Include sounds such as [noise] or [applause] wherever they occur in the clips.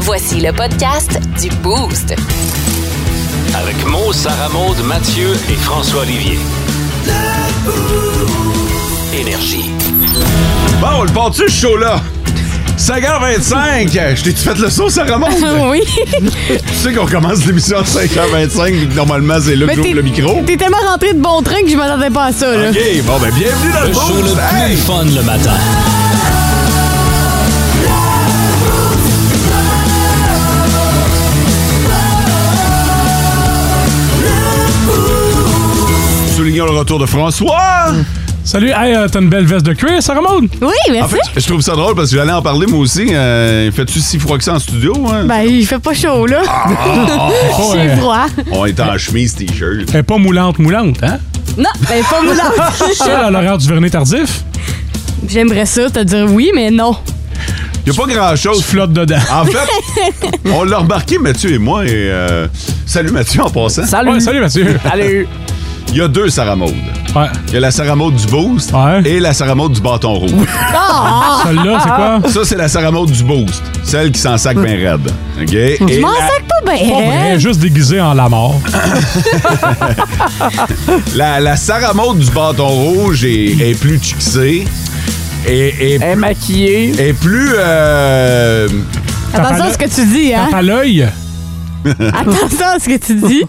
Voici le podcast du Boost. Avec Mo, Sarah Maud, Mathieu et François Olivier. Énergie. Bon, on le part-tu, ce show-là? 5h25! Je t'ai-tu fait le saut, ça remonte? [laughs] oui. tu sais qu'on commence l'émission à 5h25, puis normalement, c'est là que Mais j'ouvre t'es- le micro. T'es tellement rentré de bon train que je m'attendais pas à ça, là. OK, bon, ben, bienvenue dans le, Le show boost. le plus Hey! fun le matin. Soulignons le retour de François! Salut, hey, euh, t'as une belle veste de cuir, ça remonte? Oui, En merci. fait, je trouve ça drôle parce que j'allais en parler, moi aussi. Euh, Fais-tu si froid que ça en studio? Hein? Ben, il fait pas chaud, là. Ah. [laughs] Oh, C'est euh, froid. On est en chemise, t-shirt. Elle est pas moulante, moulante, hein? Non, ben, pas Ah, moulant. [laughs] Ça, à l'horaire du vernet tardif, J'aimerais ça te dire oui, mais non. Il a pas tu grand-chose. flottes dedans. En fait, [laughs] on l'a remarqué, Mathieu et moi. Et, euh, salut Mathieu en passant. Ouais, salut Mathieu. Salut! Il y a deux Sarah Maud. Ouais. Il y a la Sarah Maud du Boost Ouais. et la Sarah Maud du [laughs] Bâton Rouge. Ah! Ah. Celle-là, c'est quoi? Ça, c'est la Sarah Maud du Boost. Celle qui s'en sac bien raide. OK? Et Je m'en la, sac pas Pas vrai, bien. juste déguisée en la mort. la, la Sarah Maud du Bâton Rouge est, est plus chixée. Et, et, Elle est maquillée. et plus... euh, Attention à ce que tu dis, hein. Tape à l'œil. Attention à ce que tu dis.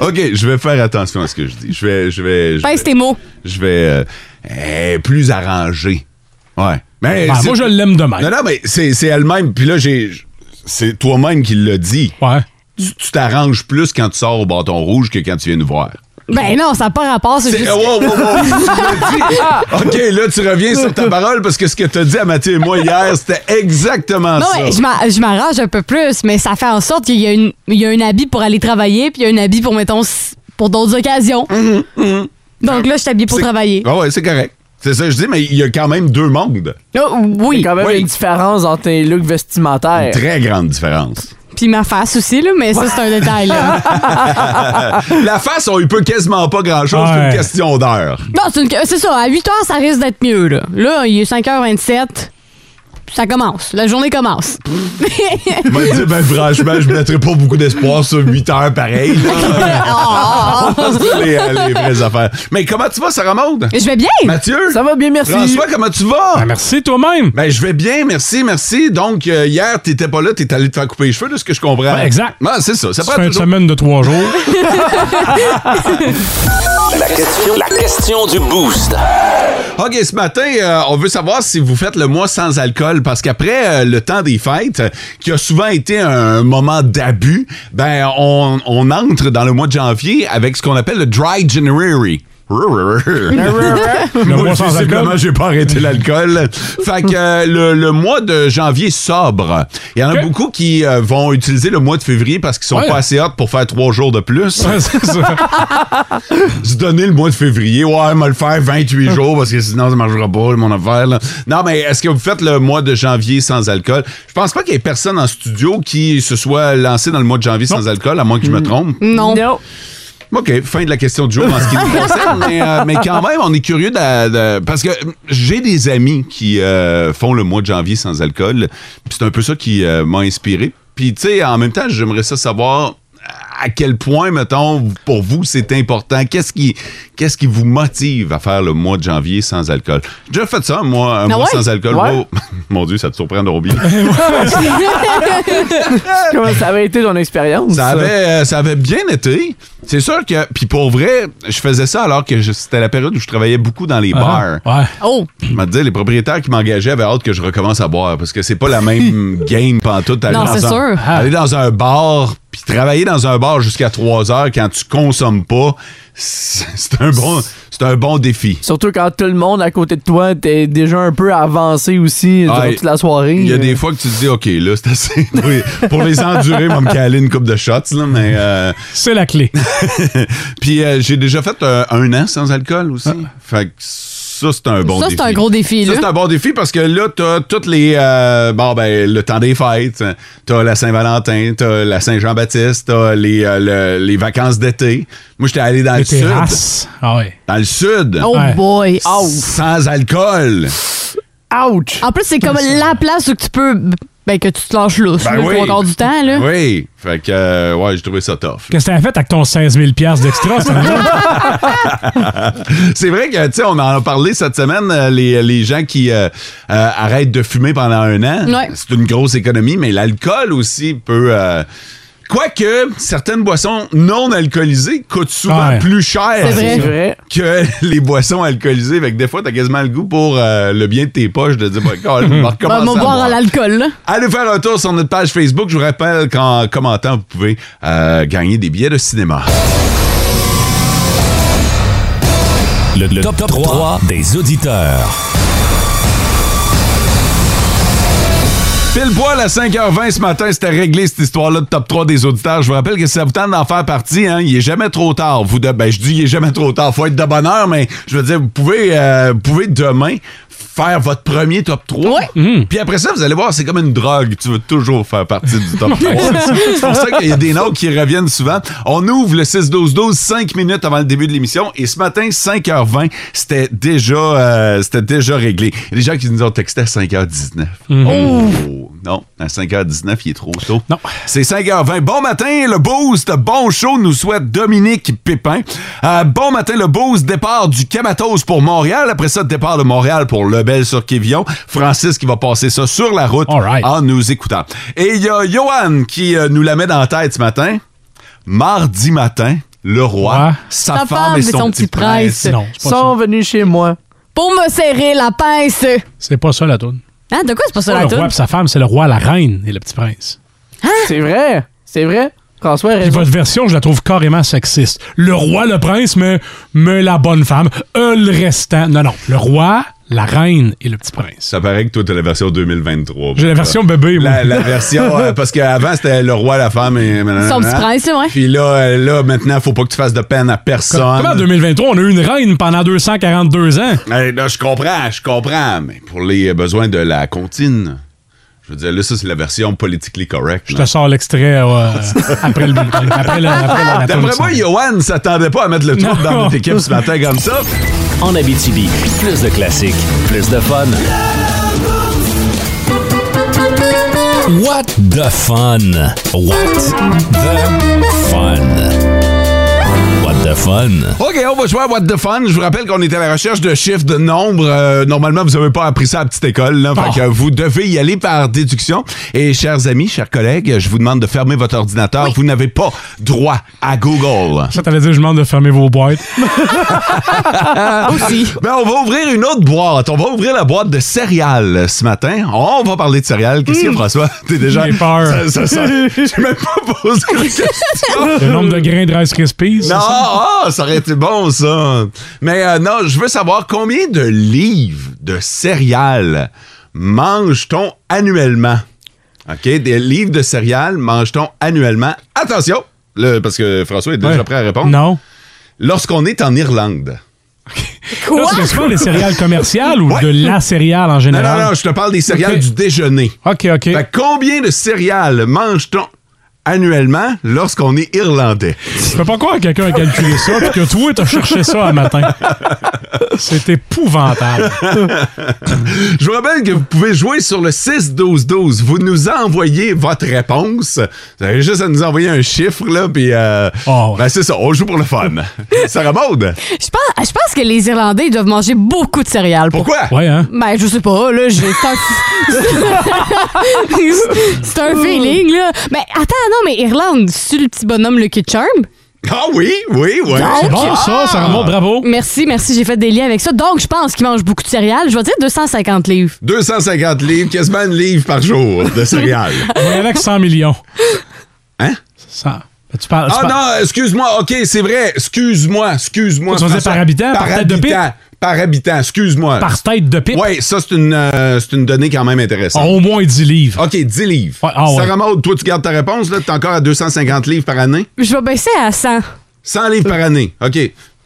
OK, je vais faire attention à ce que je dis. Je vais... [laughs] Je vais, je vais- Pèse tes mots. je vais euh, euh, plus arrangé. Ouais. Mais Ah, c'est- moi, je l'aime de même. Non, non, mais c'est c'est elle-même. Puis là, j'ai. C'est toi-même qui l'as dit. Ouais. Tu tu t'arranges plus quand tu sors au bâton rouge que quand tu viens nous voir. [laughs] Ben non, ça n'a pas rapport, c'est C'est- juste... Wow, wow, wow, [laughs] tu l'as dit. OK, là, tu reviens sur ta parole parce que ce que tu as dit à Mathieu et moi hier, c'était exactement Non, Ah, ça. mais je m'a- je m'arrange un peu plus, mais ça fait en sorte qu'il y a, une, il y a un habit pour aller travailler, puis il y a un habit pour, mettons, s- pour d'autres occasions. Donc là, je t'habille pour Mm-hmm, C'est- travailler. Ah ouais, c'est correct. C'est ça que je dis, mais il y a quand même deux mondes. Oh, Il oui, y a quand même Oui. une différence entre tes looks Une vestimentaires. très grande différence. [laughs] puis ma face aussi, là, mais ça, c'est un détail. Là. La face, on y peut quasiment pas grand-chose, c'est une Ouais. question d'heure. non, c'est une- c'est ça, à 8 heures, ça risque d'être mieux. Là. là, il est 5h27, ça commence, la journée [laughs] commence. [laughs] Je vais te dire, ben franchement, je mettrais pas beaucoup d'espoir sur 8 heures pareil. [laughs] là. [laughs] C'est les, euh, les vraies affaires. Mais comment tu vas, Sarah Maud? [laughs] Je vais bien! Mathieu? Ça va bien, merci. [laughs] François, comment tu vas? Ben, merci toi-même. Ben, je vais bien, merci, merci. Donc, euh, hier, t'étais pas là, t'es allé te faire couper les cheveux, de ce que je comprends. Ouais, Ben, exact. Ah, c'est ça. Ça Ça prend fait une toujours- semaine de trois jours. [laughs] La question, la question du boost. OK, ce matin, euh, on veut savoir si vous faites le mois sans alcool parce qu'après euh, le temps des fêtes, euh, qui a souvent été un moment d'abus, ben on, on entre dans le mois de janvier avec ce qu'on appelle le dry January. Le Moi, mois sans visiblement, alcool. j'ai [laughs] pas arrêté l'alcool. Fait que euh, le, le mois de janvier sobre. Il y en a Ok. beaucoup qui euh, vont utiliser le mois de février parce qu'ils sont Ouais. pas assez hot pour faire trois jours de plus. Ouais, c'est ça. [laughs] se donner le mois de février. Ouais, me le faire 28 jours parce que sinon, ça marchera pas, mon affaire. là. Non, mais est-ce que vous faites le mois de janvier sans alcool? Je pense pas qu'il y ait personne en studio qui se soit lancé dans le mois de janvier sans alcool, à moins que je me trompe. Non. OK, fin de la question du jour en ce qui nous concerne. mais, euh, mais quand même, on est curieux d'a- d'a- parce que j'ai des amis qui euh, font le mois de janvier sans alcool. Puis c'est un peu ça qui euh, m'a inspiré. Puis, tu sais, en même temps, j'aimerais ça savoir à quel point, mettons, pour vous, c'est important. Qu'est-ce qui, qu'est-ce qui vous motive à faire le mois de janvier sans alcool? J'ai déjà fait ça, moi, un Ah mois ouais? sans alcool. Ouais. Moi, [laughs] mon Dieu, ça te surprend, [laughs] Roby. Comment ça avait été ton expérience? Ça avait, euh, ça avait bien été. C'est sûr que, puis pour vrai, je faisais ça alors que je- c'était la période où je travaillais beaucoup dans les bars. Ouais. Oh, Je me disais, les propriétaires qui m'engageaient avaient hâte que je recommence à boire parce que c'est pas la même game pantoute. Aller Non, dans c'est un- sûr. Aller dans un bar, puis travailler dans un bar jusqu'à 3 heures quand tu consommes pas, [laughs] c'est c'est un bon, c'est un bon défi. Surtout quand tout le monde à côté de toi t'es déjà un peu avancé aussi durant Ouais. toute la soirée. Ah, euh. Il y a des fois que tu te dis, OK, là, c'est assez. [laughs] Oui, Pour les endurer, on va me caler une coupe de shots, là, mais. euh, C'est la clé. [laughs] Puis euh, j'ai déjà fait euh, un an sans alcool aussi. Ah. Fait que ça, c'est un bon ça, défi. c'est un gros défi, Ça, là. c'est un bon défi parce que là, t'as toutes les. euh, bon, ben, le temps des fêtes, t'as la Saint-Valentin, t'as la Saint-Jean-Baptiste, t'as les, euh, le- les vacances d'été. Moi, j'étais allé dans le Les sud. terrasses. Ah ouais. Dans le sud. Oh Ouais. boy. Sans alcool. Ouch! En plus, c'est comme la place où tu peux Ben, que tu te lâches lousse, Ben le oui. trois quarts du temps, là. Oui. Fait que, euh, ouais, j'ai trouvé ça tough. [laughs] Qu'est-ce que t'as fait avec ton 16 000 d'extra? c'est [laughs] un autre? C'est vrai que, tu sais, on en a parlé cette semaine, euh, les, les gens qui euh, euh, arrêtent de fumer pendant un an. Ouais. C'est une grosse économie, mais l'alcool aussi peut. euh, Quoique, certaines boissons non alcoolisées coûtent souvent Ouais. plus cher C'est vrai. C'est vrai. que [laughs] les boissons alcoolisées. Fait que des fois, t'as quasiment le goût pour euh, le bien de tes poches de dire, bah, God, on va recommencer Ben, à on va boire à boire. l'alcool, là. Allez faire un tour sur notre page Facebook. Je vous rappelle qu'en commentant, vous pouvez euh, gagner des billets de cinéma. Le, le top, 3, des auditeurs. Pile poil à 5h20 ce matin, c'était réglé cette histoire-là de top 3 des auditeurs. Je vous rappelle que si ça vous tente d'en faire partie, hein, il est jamais trop tard. Vous de- ben, je dis il est jamais trop tard, faut être de bonne heure, mais je veux dire, vous pouvez, euh, vous pouvez demain faire votre premier top 3. Puis après ça, vous allez voir, c'est comme une drogue. Tu veux toujours faire partie du top 3. c'est pour ça qu'il y a des notes qui reviennent souvent. On ouvre le 6-12-12 5 minutes avant le début de l'émission et ce matin, 5h20, c'était déjà, euh, c'était déjà réglé. Il y a des gens qui nous ont texté à 5h19. Oh, non, à 5h19, il est trop tôt. Non. C'est 5h20. Bon matin, le boost. Bon show, nous souhaite Dominique Pépin. Euh, bon matin, le boost. Départ du Camatos pour Montréal. Après ça, départ de Montréal pour Lebel sur Quévillon. Francis qui va passer ça sur la route All right. en nous écoutant. Et il y a Johan qui euh, nous la met dans la tête ce matin. Mardi matin, le roi, Ouais. sa, femme, et son, petit prince. Non, c'est pas ça. Sont venus chez moi. Pour me serrer la pince. C'est pas ça la toune. Hein, de quoi c'est pas ça Pas la le roi toune? Hein? et sa femme, c'est le roi, la reine et le petit prince. C'est vrai. C'est vrai. François a Puis raison. votre version, je la trouve carrément sexiste. Le roi, le prince, mais, mais la bonne femme. Eux, le restant. Non, non. Le roi, la reine et le petit prince. Ça paraît que toi, t'as la version 2023. J'ai la version bébé, [laughs] moi. La, la version, euh, parce qu'avant, c'était le roi, la femme et... Son petit prince, là, ouais. Puis là, euh, là, maintenant, faut pas que tu fasses de peine à Comment en personne. 2023, on a eu une reine pendant 242 ans? Hey, là, je comprends, je comprends, mais pour les euh, besoins de la comptine, je veux dire, là, ça, c'est la version politically correct. Je là. te sors l'extrait [laughs] euh, après le bulletin. Après la, après Ah! la- la D'après toune, moi, ça. Johan s'attendait pas à mettre le trouble Non. dans notre équipe ce matin comme ça. En Abitibi, plus de classiques, plus de fun. What the fun? What the fun? What the fun? OK, on va jouer à What the Fun. Je vous rappelle qu'on est à la recherche de chiffres, de nombres. Euh, normalement, vous n'avez pas appris ça à la petite école. Là, Ah. Fait que vous devez y aller par déduction. Et chers amis, chers collègues, je vous demande de fermer votre ordinateur. Vous n'avez pas droit à Google. Ça, t'allais dire, je demande de fermer vos [laughs] boîtes. Euh, Ben, on va ouvrir une autre boîte. On va ouvrir la boîte de céréales euh, ce matin. On va parler de céréales. Qu'est-ce qu'il Mm. Hmm. y a, François? T'es déjà... J'ai peur. [laughs] Ça, ça, ça- J'ai même pas posé la question. Le nombre de grains de Rice Krispies. Non, c'est ça? ah, ça aurait été bon, ça. Mais euh, non, je veux savoir combien de livres de céréales mange-t-on annuellement? OK, des livres de céréales mange-t-on annuellement? Attention, le- parce que François est déjà Ouais. prêt à répondre. Non. Lorsqu'on est en Irlande. Là, tu fais souvent des céréales commerciales ou Ouais. de la céréale en Non, général? non, non, je te parle des céréales Ok. du déjeuner. OK, OK. Fait que combien de céréales mange-t-on annuellement lorsqu'on est irlandais? Je peux pas croire que quelqu'un a calculé ça puis que toi, t'as cherché ça un [laughs] matin. C'est épouvantable. Je vous rappelle que vous pouvez jouer sur le 6-12-12. Vous nous envoyez votre réponse. Vous avez juste à nous envoyer un chiffre, là, puis... euh, Ah ouais. ben, c'est ça, on joue pour le fun. Sarah Maud, Je pense, je pense que les Irlandais ils doivent manger beaucoup de céréales. pour- pourquoi? Ouais, hein? Ben, je sais pas, là, j'ai. c'est [laughs] un- C'est un feeling, là. Mais attends, non, mais Irlande, c'est le petit bonhomme Lucky Charm? Ah oui, oui, oui. Eh C'est bon, ça, ça remonte, bravo. ah! Merci, merci, j'ai fait des liens avec ça. Donc, je pense qu'ils mangent beaucoup de céréales. Je vais dire 250 livres. 250 livres, quasiment un livre par jour de céréales. [laughs] On est avec 100 millions. Hein? 100. Tu parles, tu Ah parles- non, excuse-moi, ok, c'est vrai. Excuse-moi, excuse-moi. Tu vas dire François. par habitant, par tête de pipe? habitant, Par habitant, excuse-moi. Par tête de pipe, Ouais, ça, c'est une, euh, c'est une donnée quand même intéressante. au moins 10 livres. OK, 10 livres. Ouais, ah ouais. Sarah Maud, toi, tu gardes ta réponse, là. T'es encore à 250 livres par année. Je vais baisser à 100. 100 livres par année. OK.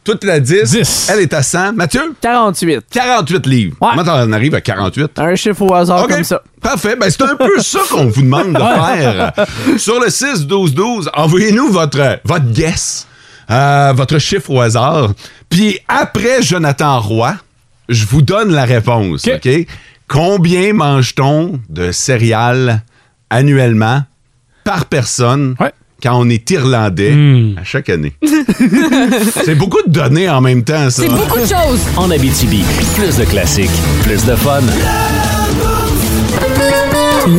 Toi, t'es à 10. 10. Elle est à 100. Mathieu, 48. 48 livres. Ouais. Moi, t'en arrives à 48. Un chiffre au hasard OK. comme ça. Parfait. Ben, c'est un peu ça qu'on vous demande [laughs] de faire. Sur le 6-12-12, envoyez-nous votre, votre guess, euh, votre chiffre au hasard. Puis après Jonathan Roy, je vous donne la réponse. OK. OK? Combien mange-t-on de céréales annuellement par personne Ouais. quand on est Irlandais Hmm. à chaque année? [laughs] c'est beaucoup de données en même temps, ça. C'est beaucoup de choses. [laughs] En Abitibi, plus de classiques, plus de fun.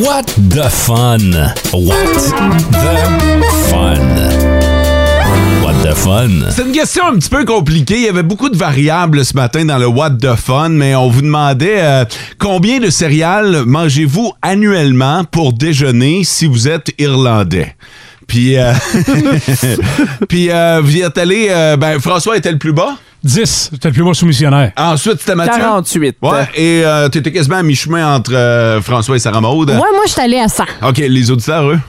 What the fun? What the fun? What the fun? C'est une question un petit peu compliquée. Il y avait beaucoup de variables ce matin dans le What the Fun, mais on vous demandait euh, combien de céréales mangez-vous annuellement pour déjeuner si vous êtes Irlandais? Puis, euh, [laughs] puis euh, vous y êtes allé, euh, ben, François était le plus bas. 10, c'était le plus beau soumissionnaire. Ensuite, c'était Mathieu. 48. Ouais, et euh, t'étais quasiment à mi-chemin entre euh, François et Sarah Maud. Ouais, moi, je suis allée à 100. OK, les auditeurs, eux.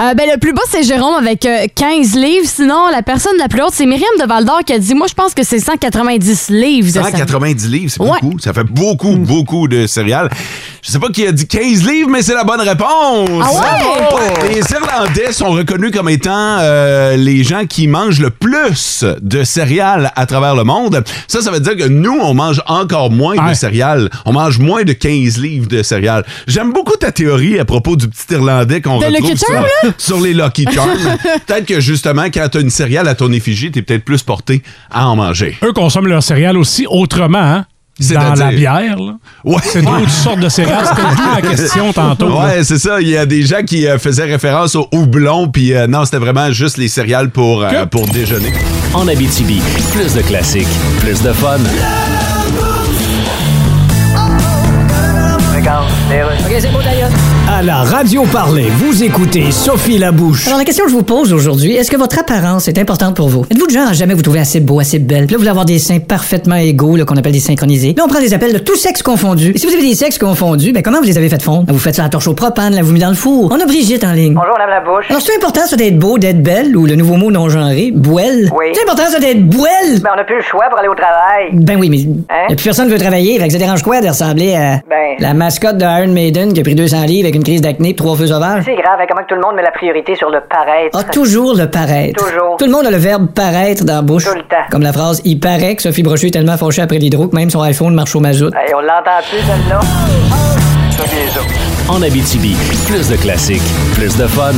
Euh, ben, le plus bas, c'est Jérôme avec euh, 15 livres. Sinon, la personne la plus haute, c'est Myriam de Val-d'Or qui a dit Moi, je pense que c'est 190 livres. de sang. 190 Ah, livres, c'est Ouais. Mm. beaucoup. Ça fait beaucoup, beaucoup de céréales. Je sais pas qui a dit 15 livres, mais c'est la bonne réponse. Ah ouais? Bravo! Les Irlandais sont reconnus comme étant euh, les gens qui mangent le plus de céréales à travers le monde. Ça, ça veut dire que nous, on mange encore moins de Ouais. céréales. On mange moins de 15 livres de céréales. J'aime beaucoup ta théorie à propos du petit Irlandais qu'on De retrouve Lucky sur, Charm, sur les Lucky [laughs] Charms. peut-être que justement, quand t'as une céréale à ton effigie, t'es peut-être plus porté à en manger. Eux consomment leurs céréales aussi autrement, hein? Dans C'est-à-dire? la bière, là. Ouais. C'est d'autres sortes de céréales. C'était d'où la question tantôt. là. [laughs] Ouais, c'est ça. Il y a des gens qui euh, faisaient référence au houblon, puis euh, non, c'était vraiment juste les céréales pour, euh, Que- pour déjeuner. En Abitibi, plus de classiques, plus de fun. À la radio parler, vous écoutez Sophie Labouche. Alors, la question que je vous pose aujourd'hui, est-ce que votre apparence est importante pour vous? Êtes-vous du genre à jamais vous trouver assez beau, assez belle? Puis là, vous voulez avoir des seins parfaitement égaux, là, qu'on appelle des synchronisés. Là, on prend des appels de tous sexes confondus. Et si vous avez des sexes confondus, ben, comment vous les avez fait fondre? Ben, vous faites ça à la torche au propane, là, vous mis dans le four. On a Brigitte en ligne. Bonjour, Madame Labouche. Alors, c'est important, ça, d'être beau, d'être belle, ou le nouveau mot non-genré, bouelle. Oui. C'est important, ça, d'être bouelle! Ben, on n'a plus le choix pour aller au travail. Ben oui, mais Hein? y a plus personne qui veut travailler, fait que ça dérange quoi de ressembler à Ben. la mascotte de Iron Maiden qui a pris 200 livres avec une crise d'acné, pis trois feux sauvages? C'est grave, hein, comment que tout le monde met la priorité sur le paraître. Ah, toujours le paraître. Toujours. Tout le monde a le verbe paraître dans la bouche. Tout le temps. Comme la phrase Il paraît que Sophie Brochu est tellement fauchée après l'hydro que même son iPhone marche au mazout. Hey, on l'entend plus, celle-là. En Abitibi, plus de classiques, plus de fun.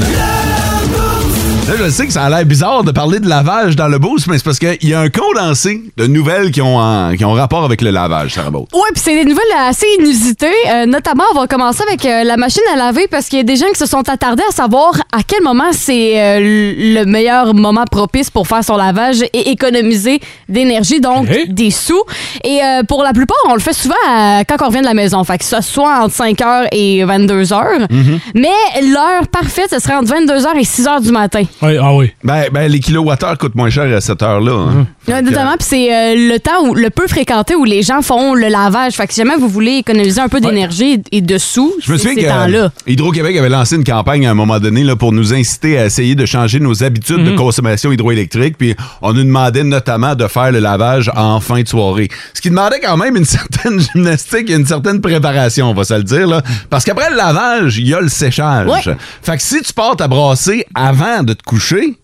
Là, je sais que ça a l'air bizarre de parler de lavage dans le boost, mais c'est parce qu'il y a un condensé de nouvelles qui ont, en- qui ont rapport avec le lavage, Sarah Maud. Ouais, puis c'est des nouvelles assez inusitées. Euh, notamment, on va commencer avec euh, la machine à laver parce qu'il y a des gens qui se sont attardés à savoir à quel moment c'est euh, le meilleur moment propice pour faire son lavage et économiser d'énergie, donc Ok. des sous. Et euh, pour la plupart, on le fait souvent euh, quand on revient de la maison. Fait que ce soit entre 5h et 22h. Mais l'heure parfaite, ce serait entre 22h et 6h du matin. Ouais, ah oui. Mm-hmm. Ben, ben, les kilowattheures coûtent moins cher à cette heure-là. hein. Ouais, notamment, puis c'est euh, le temps où, le peu fréquenté où les gens font le lavage. Fait que si jamais vous voulez économiser un peu d'énergie et de sous, Je me c'est souviens ces que euh, temps-là. Hydro-Québec avait lancé une campagne à un moment donné là, pour nous inciter à essayer de changer nos habitudes Mhm. de consommation hydroélectrique. Puis on nous demandait notamment de faire le lavage en fin de soirée. Ce qui demandait quand même une [laughs] certaine gymnastique et une certaine préparation, on va se le dire. Là. Parce qu'après le lavage, il y a le séchage. Ouais. Fait que si tu pars à brasser avant de te coucher,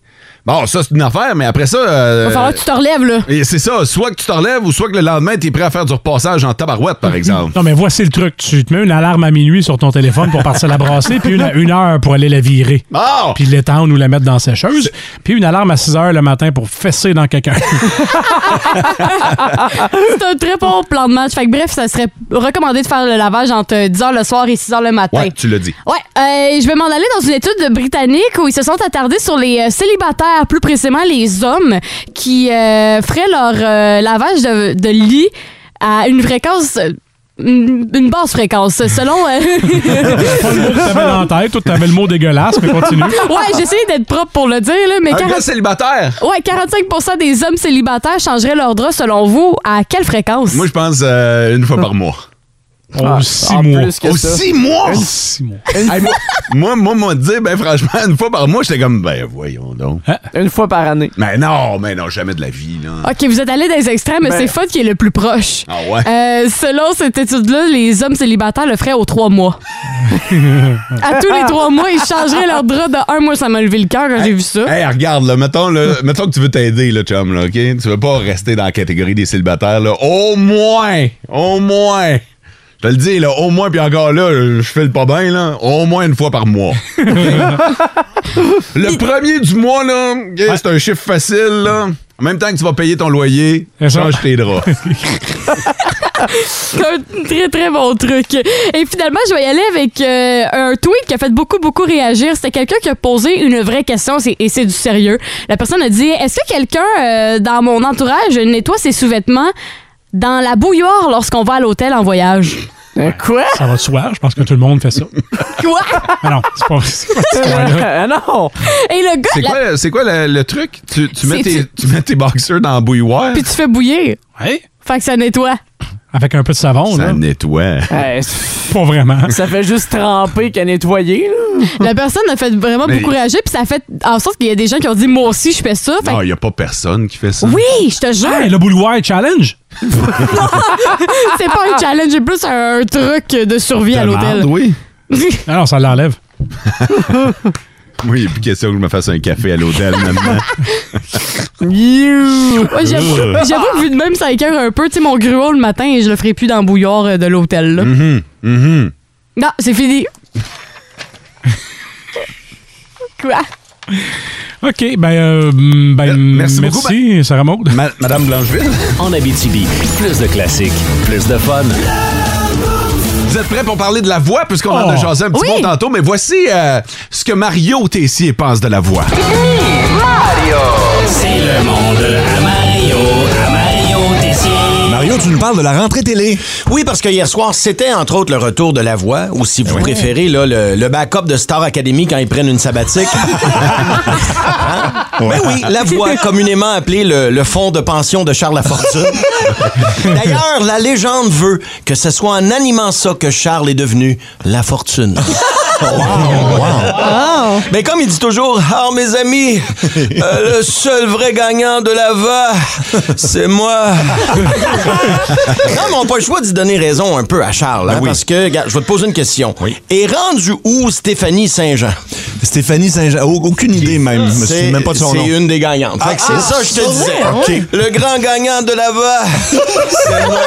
bon, ça c'est une affaire, mais après ça. euh, Va falloir que tu te relèves, là. et c'est ça, soit que tu t'enlèves ou soit que le lendemain, tu es prêt à faire du repassage en tabarouette, [laughs] par exemple. Non, mais voici le truc. Tu te mets une alarme à minuit sur ton téléphone pour partir la brasser, puis une à une heure pour aller la virer. Ah! Puis l'étendre ou la mettre dans la sécheuse. Puis une alarme à 6 heures le matin pour fesser [laughs] dans quelqu'un. Ah. C'est un très bon plan de match. Fait que bref, ça serait recommandé de faire le lavage entre 10h le soir et 6h le matin. Ouais, tu l'as dit. Ouais, euh, je vais m'en aller dans une étude britannique où ils se sont attardés sur les euh, célibataires, plus précisément les hommes, qui euh, feraient leur euh, lavage de, de lit à une fréquence, euh, une, une basse fréquence, selon. euh, [laughs] [laughs] Pas le mot que t'avais dans la tête. Toi, t'avais le mot dégueulasse, mais continue. ouais, j'essaie d'être propre pour le dire, là, mais Un 40 gars célibataire! ouais, 45 des hommes célibataires changeraient leur drap selon vous à quelle fréquence? Moi, je pense euh, une [laughs] fois par mois. Oh, six Ah, en mois. plus que Oh, ça. six mois! Six mois. Hey, moi- moi, moi, moi, dire, ben franchement, une fois par mois, j'étais comme, ben voyons donc. Une fois par année. Mais non, mais non, jamais de la vie, là. OK, vous êtes allé dans les extrêmes, mais Ben- c'est Fod qui est le plus proche. Ah ouais? Euh, selon cette étude-là, les hommes célibataires le feraient aux trois mois. à tous les trois mois, ils changeraient leur drap de un mois. Ça m'a levé le cœur quand j'ai vu ça. Hey, regarde, là, [laughs] mettons, là, mettons que tu veux t'aider, là, chum, là, OK? Tu veux pas rester dans la catégorie des célibataires, là. Au moins! Au moins! Je te le dis, là, au moins, puis encore là, je fais le pas bien, là, au moins une fois [laughs] par mois. le premier du mois, là, gars, c'est un chiffre facile, là. En même temps que tu vas payer ton loyer, C'est ça. change [laughs] tes draps. C'est un très, très bon truc. Et finalement, je vais y aller avec euh, un tweet qui a fait beaucoup, beaucoup réagir. C'était quelqu'un qui a posé une vraie question c'est- et c'est du sérieux. La personne a dit Est-ce que quelqu'un euh, dans mon entourage nettoie ses sous-vêtements dans la bouilloire lorsqu'on va à l'hôtel en voyage Euh, Quoi? Ça va de soi, je pense que tout le monde fait ça. Quoi Ah non, c'est pas, c'est pas cette histoire-là. Ah non! Et le gars, C'est la- quoi, c'est quoi le, le truc? Tu, tu C'est- mets tes, tu mets tes boxers dans la bouilloire, puis tu fais bouillir. Ouais. Fait que ça nettoie. Avec un peu de savon, ça là. nettoie. Eh, Pas vraiment. ça fait juste tremper qu'à nettoyer, là. La personne a fait vraiment Mais- beaucoup réagir, puis ça a fait en sorte qu'il y a des gens qui ont dit Moi aussi, je fais ça. Fait Non, que- il n'y Ah, a pas personne qui fait ça. [laughs] oui, je te jure. Hey, le bouilloire challenge. [laughs] C'est pas un challenge, c'est plus un, un truc de survie à De l'hôtel. [laughs] marde, oui. Ah non, ça l'enlève. Oui, il n'y a plus question que je me fasse un café à l'hôtel [laughs] maintenant. You! [laughs] Ouais, J'avoue Euh. j'avoue que vu de même, ça écœure un peu. Tu sais, mon gruau le matin, je le ferai plus dans le bouillard euh, de l'hôtel. là. Mm. Mhm, Non, c'est fini. [laughs] Quoi? OK, ben, euh, mm, ben merci merci, beaucoup, Sarah Maud. Ma- [laughs] Madame Blancheville, En Abitibi, plus de classiques, plus de fun. vous êtes prêts pour parler de la voix, puisqu'on en a Oh. jasé un petit Oui. peu tantôt, mais voici euh, ce que Mario Tessier pense de la voix. C'est le monde à Mario, à Mario Tessier. Mario, tu nous parles de la rentrée télé. Oui, parce que hier soir, c'était entre autres le retour de La Voix, ou si vous préférez, là, le, le backup de Star Academy quand ils prennent une [laughs] sabbatique. Hein? Ben oui, La Voix, communément appelée le, le fonds de pension de Charles [laughs] Lafortune. D'ailleurs, la légende veut que ce soit en animant ça que Charles est devenu La Fortune. Mais comme il dit toujours, ah mes amis, euh, le seul vrai gagnant de la va, c'est moi. non, mais on n'a pas le choix d'y donner raison un peu à Charles, hein, parce que, regarde, je vais te poser une question. Et rendu où Stéphanie Saint-Jean? Stéphanie Saint-Jean, au- aucune idée même. Je me C'est- souviens même pas de son nom. C'est une des gagnantes. Fait que Ah, c'est ça, je te disais. Le grand gagnant de la va, [laughs] c'est [laughs] moi.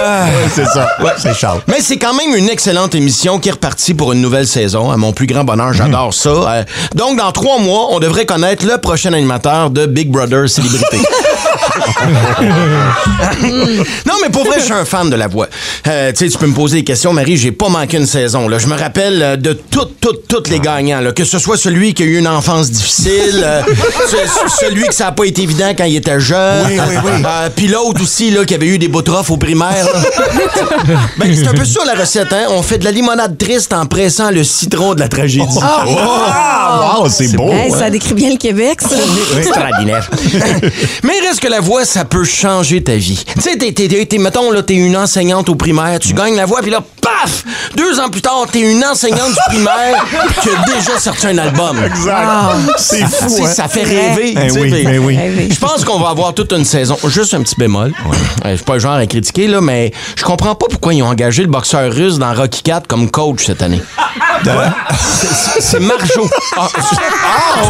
C'est ça. C'est Charles. Ah. Mais c'est quand même une excellente émission qui est repartie pour une nouvelle saison. À mon plus grand bonheur, j'adore ça. Euh, donc, dans trois mois, on devrait connaître le prochain animateur de Big Brother Célébrité. [laughs] Mm. non, mais pour vrai, je suis un fan de la voix. Euh, tu sais, tu peux me poser des questions, Marie. J'ai pas manqué une saison. Là. Je me rappelle euh, de toutes, toutes, toutes Ah. les gagnants. Là. Que ce soit celui qui a eu une enfance [laughs] difficile, euh, ce- ce- [laughs] celui que ça a pas été évident quand il était jeune. Oui, oui, oui. Euh, Puis l'autre aussi, là, qui avait eu des boutrophes au primaire. [laughs] là. ben, c'est un peu ça la recette, hein? On fait de la limonade triste en pressant le citron de la tragédie. Oh, wow, Oh, c'est beau. hein. ça décrit bien le Québec, ça. [laughs] Extraordinaire. [laughs] Mais reste que la voix, ça peut changer ta vie. Tu sais, t'es, t'es- t'es- t'es- mettons, là, t'es une enseignante au primaire, tu gagnes la voix, puis là, paf! Deux ans plus tard, t'es une enseignante du primaire qui a déjà sorti un album. Exact. C'est Tu fou. sais, hein? ça fait rêver. Eh tu sais, oui, puis- eh oui. Je pense qu'on va avoir toute une saison. Juste un petit bémol. Euh, Je suis pas le genre à critiquer, là, mais je comprends pas pourquoi ils ont engagé le boxeur russe dans Rocky 4 comme coach cette année. C'est- c'est- C'est Marjo. Ah, c'est- Ah, c'est-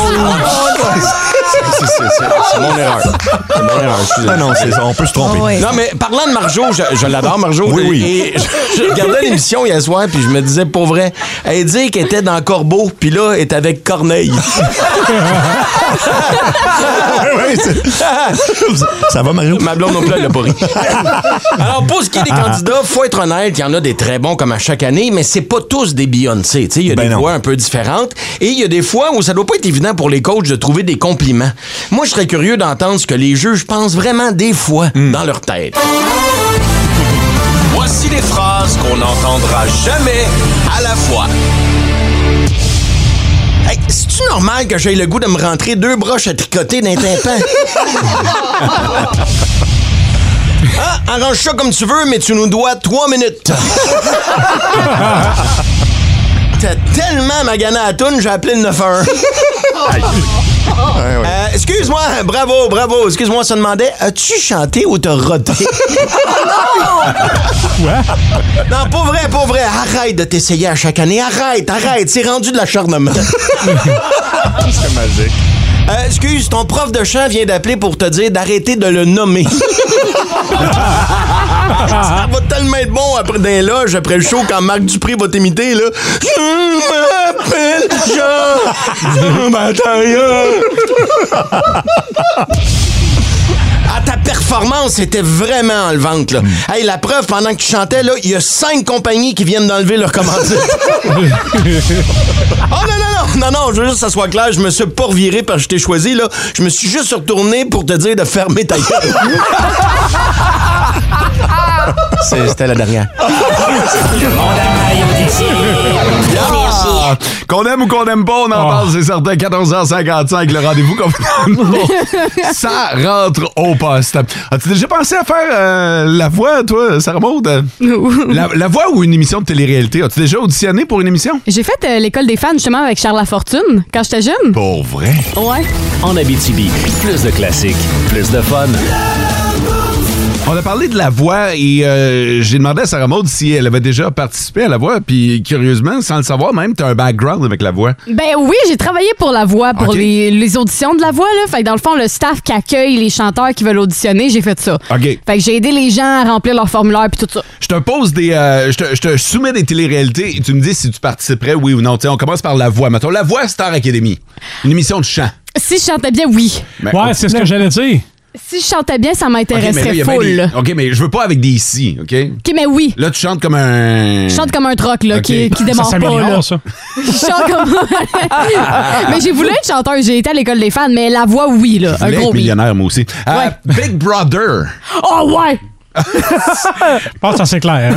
c'est- c'est- C'est mon erreur. C'est mon erreur. excusez-moi. Ah non, c'est ça. On peut se tromper. Non, mais parlant de Marjo, je, je l'adore, Marjo. Oui, oui. Et je, je [laughs] regardais l'émission hier soir, puis je me disais, pour vrai, elle dit qu'elle était dans Corbeau, puis là, elle est avec Corneille. Ouais, [laughs] ouais, [laughs] c'est- ça va, Mario? Ma blonde non plus, elle l'a pas ri. Alors, pour ce qui est [laughs] des candidats, faut être honnête, il y en a des très bons comme à chaque année, mais c'est pas tous des Beyoncé. tu sais. Il y a Ben des non. voix un peu différentes. Et il y a des fois où ça doit pas être évident pour les coachs de trouver des compliments. Moi, je serais curieux d'entendre ce que les juges pensent vraiment des fois Hmm. dans leur tête. Voici les phrases qu'on n'entendra jamais à la fois. Hey, c'est-tu normal que j'aie le goût de me rentrer deux broches à tricoter d'un tympan? [laughs] ah, arrange ça comme tu veux, mais tu nous dois trois minutes. T'as tellement magané à la toune, j'ai appelé le 911. Euh, excuse-moi, bravo, bravo. Excuse-moi, ça demandait, as-tu chanté ou t'as roté? [laughs] Non, pas vrai, pas vrai. Arrête de t'essayer à chaque année. Arrête, arrête. C'est rendu de l'acharnement. C'est magique. Euh, excuse, ton prof de chant vient d'appeler pour te dire d'arrêter de le nommer. Ça va tellement être bon après des loges, après le show, quand Marc Dupré va t'imiter, là. Je m'appelle Jean, je m'attends. Ah, ta performance était vraiment enlevante, là. Hey, la preuve, pendant que tu chantais, là, il y a cinq compagnies qui viennent d'enlever leur commandite. oh non, non, non, non, non, je veux juste que ça soit clair, je me suis pas reviré parce que je t'ai choisi, là. Je me suis juste retourné pour te dire de fermer ta gueule. C'est- C'était la dernière. Ah! Qu'on aime ou qu'on aime pas, on en parle, c'est certain. 14h55, le rendez-vous qu'on Ça rentre au poste. As-tu déjà pensé à faire euh, la voix, toi, Sarah Maud? La, la voix ou une émission de télé-réalité? As-tu déjà auditionné pour une émission? J'ai fait euh, l'école des fans justement avec Charles Lafortune quand j'étais jeune. Pour vrai? Ouais. En Abitibi, plus de classiques, plus de fun. On a parlé de la voix et euh, j'ai demandé à Sarah Maud si elle avait déjà participé à la voix. Puis curieusement, sans le savoir même, tu as un background avec la voix. Ben oui, j'ai travaillé pour La Voix, pour Ok. les, les auditions de La Voix. Là. Fait que dans le fond, le staff qui accueille les chanteurs qui veulent auditionner, j'ai fait ça. OK. Fait que j'ai aidé les gens à remplir leur formulaire puis tout ça. Je te pose des. euh, je, te, je te soumets des téléréalités et tu me dis si tu participerais, oui ou non. Tiens, on commence par La Voix. Mettons, La Voix Star Academy. Une émission de chant. Si je chantais bien, oui. ouais, c'est ce que j'allais dire. Si je chantais bien, ça m'intéresserait full. des, OK, mais je veux pas avec des si, OK? OK, mais oui. Là, tu chantes comme un. Je chante comme un troc là, Hmm. OK. qui, qui Ça démarre pas. s'améliore, Là. ça. [laughs] Je chante comme... [laughs] mais j'ai voulu être chanteuse, j'ai été à l'école des fans, mais la voix, oui, là. Je Un voulais gros être oui. millionnaire, moi aussi. Euh, Big Brother. Oh ouais! [laughs] Je pense que ça, c'est clair.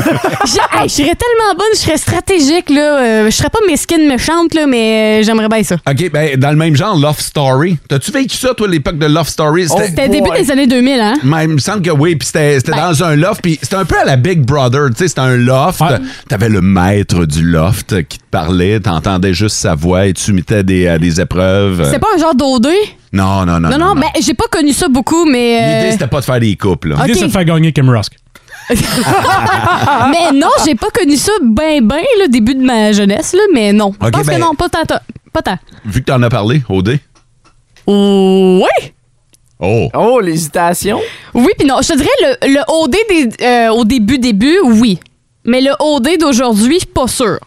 Je hey, je serais tellement bonne, je serais stratégique, là. Euh, je serais pas mesquine, méchante, là, mais euh, j'aimerais bien ça. OK, ben, dans le même genre, Love Story. T'as-tu vécu ça, toi, l'époque de Love Story? Oh, C'était début des années 2000, hein? Mais il me semble que oui, puis c'était c'était Ben. dans un loft, puis c'était un peu à la Big Brother, tu sais, c'était un loft. T'avais le maître du loft qui te parlait, t'entendais juste sa voix et tu imitais des, euh, des épreuves. C'était pas un genre d'odé? Non, non, non. Non, non, mais j'ai pas connu ça beaucoup, L'idée, mais. euh, c'était pas de faire des couples. là. Ok. L'idée, c'est de faire gagner Kim Rusk. [laughs] mais non, j'ai pas connu ça ben, ben, le début de ma jeunesse, là, mais non. Je Ok, pense ben- que non, pas tant. Pas tant. Vu que t'en as parlé, OD. Oui! Oh. Oh, [laughs] l'hésitation. Oui, puis non. Je te dirais, le, le OD des, euh, au début, début, oui. Mais le OD d'aujourd'hui, pas sûr.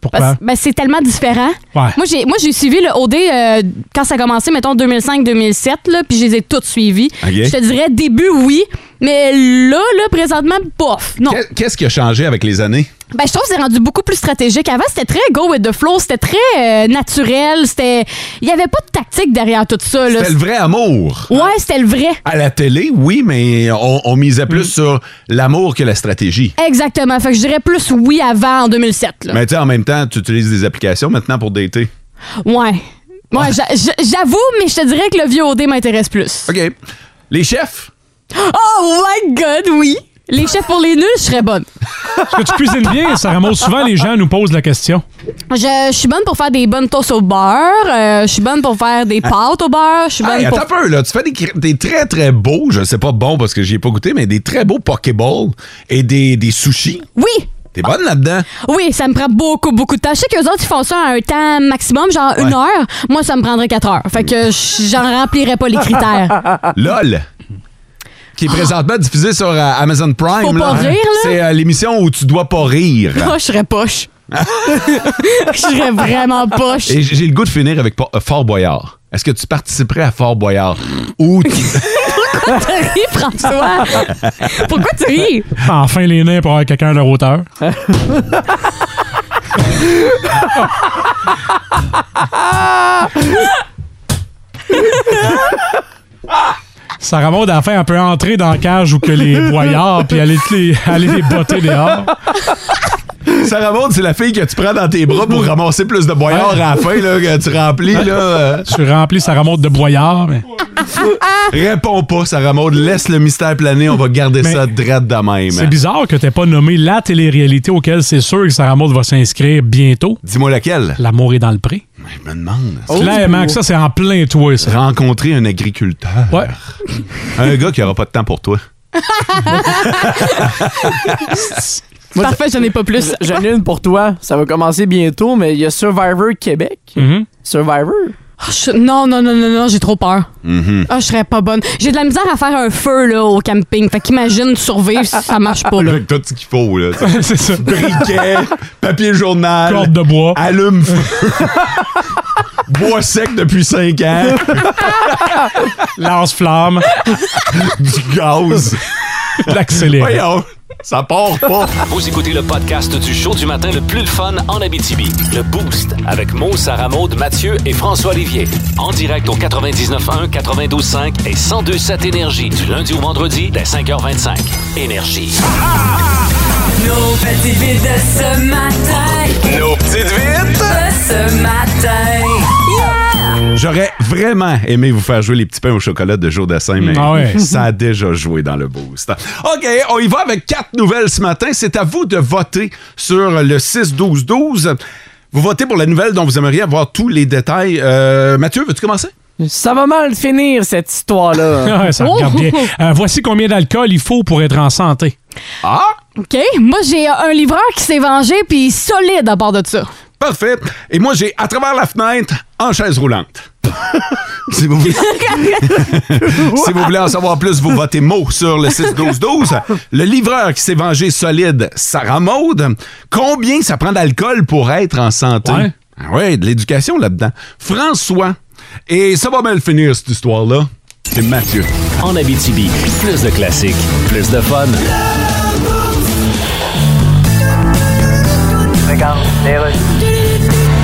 Pourquoi? Parce- ben, c'est tellement différent. Ouais. Moi, j'ai, moi, j'ai suivi le OD euh, quand ça a commencé, mettons 2005-2007, là, puis je les ai toutes suivies. Ok. Je te dirais, début, oui. Mais là, là, présentement, bof. Non. Qu'est- Qu'est-ce qui a changé avec les années? Ben, je trouve que c'est rendu beaucoup plus stratégique. Avant, c'était très go with the flow, c'était très euh, naturel, c'était. Il n'y avait pas de tactique derrière tout ça. là. C'était le vrai amour. Ouais, c'était le vrai. À la télé, oui, mais on, on misait Mm. plus sur l'amour que la stratégie. Exactement. Fait que je dirais plus oui avant en 2007. Là. Mais tu sais, en même temps, tu utilises des applications maintenant pour dater. Ouais. Ouais, j'a- j'a- j'avoue, mais je te dirais que le vieux OD m'intéresse plus. OK. Les chefs? Oh my god, oui! Les chefs pour les nuls, je serais bonne. Est-ce que tu cuisines bien, ça remonte souvent, les gens nous posent la question. [laughs] Je, je suis bonne pour faire des bonnes toasts au beurre. euh, je suis bonne pour faire des pâtes au beurre. Je suis bonne Hein? Hey, pour. attends un peu, là. Tu fais des, cr- des très, très beaux, je sais pas bon parce que j'y ai pas goûté, mais des très beaux Pokéballs et des, des sushis. Oui! T'es bonne là-dedans? Oui, ça me prend beaucoup, beaucoup de temps. Je sais qu'eux autres, ils font ça à un temps maximum, genre une heure. Moi, ça me prendrait quatre heures. Fait que je- j'en remplirais pas les [laughs] critères. LOL! Qui est présentement diffusé sur euh, Amazon Prime. Faut pas rire, là. Oh, C'est euh, l'émission où tu dois [laughs] pas rire. Moi, je serais [laughs] poche. Je serais vraiment poche. Et j'ai j'ai le goût de finir avec Po- euh, Fort Boyard. Est-ce que tu participerais à Fort Boyard? Ou [laughs] tu- Pourquoi tu ris, François? [laughs] Pourquoi tu ris? Enfin, les nains pour avoir quelqu'un à leur hauteur. [laughs] Sarah Maud, à la fin, elle peut entrer dans la cage où que les boyards, puis aller les, aller les botter dehors. Sarah Maud, c'est la fille que tu prends dans tes [laughs] bras pour ramasser plus de boyards à la fin, là, que tu remplis. Là, euh. Tu remplis Sarah Maud de boyards, mais... Réponds pas, Sarah Maud. Laisse le mystère planer. On va garder ça drette de même. C'est bizarre que t'aies pas nommé la télé-réalité auquel c'est sûr que Sarah Maud va s'inscrire bientôt. Dis-moi laquelle. L'amour est dans le pré. Je me demande. Oh. Clairement que ça, c'est [laughs] en plein toi, ça. Rencontrer un agriculteur. Ouais. [laughs] Un gars qui aura pas de temps pour toi. Parfait, j'en ai pas plus. J'en ai une pour toi. Ça va commencer bientôt, mais il y a Survivor Québec. Survivor? Ah, je- Non, non, non, non, non, j'ai trop peur. Mm-hmm. Mhm. Ah, je serais pas bonne. J'ai de la misère à faire un feu là, au camping. Fait qu'imagine survivre si Ah, ça marche [laughs] pas. Là. Avec tout ce qu'il faut, là. [laughs] C'est ça. Briquet, papier journal. Corde de bois. Allume-feu. [laughs] bois sec depuis 5 ans. [laughs] Lance-flamme. du [laughs] gaz. L'accéléré. Voyons, ça part pas. Vous écoutez le podcast du show du matin le plus le fun en Abitibi. Le Boost avec Mo, Sarah Maud, Mathieu et François Olivier. En direct au 99.1, 92.5 et 102.7 Énergie du lundi au vendredi dès 5h25. Énergie. Nos petites vites de ce matin. Nos petites vites de ce matin. Yeah! J'aurais vraiment aimé vous faire jouer les petits pains au chocolat de Jour Dassin, mais Ah ouais. ça a déjà joué dans le boost. OK, on y va avec quatre nouvelles ce matin. C'est à vous de voter sur le 6-12-12. Vous votez pour la nouvelle dont vous aimeriez avoir tous les détails. Euh, Mathieu, veux-tu commencer? Ça va mal finir, cette histoire-là. [laughs] Ouais, ça regarde bien. Euh, voici combien d'alcool il faut pour être en santé. Ah! OK? Moi, j'ai un livreur qui s'est vengé, puis il est solide à part de ça. Parfait. Et moi, j'ai à travers la fenêtre en chaise roulante. [laughs] si, vous voulez, [laughs] si vous voulez en savoir plus, vous votez mot sur le 6-12-12. Le livreur qui s'est vengé solide, Sarah Maude. Combien ça prend d'alcool pour être en santé? Ouais. Ah ouais, de l'éducation là-dedans. François. Et ça va mal finir, cette histoire-là. C'est Mathieu. En Abitibi, plus de classiques, plus de fun.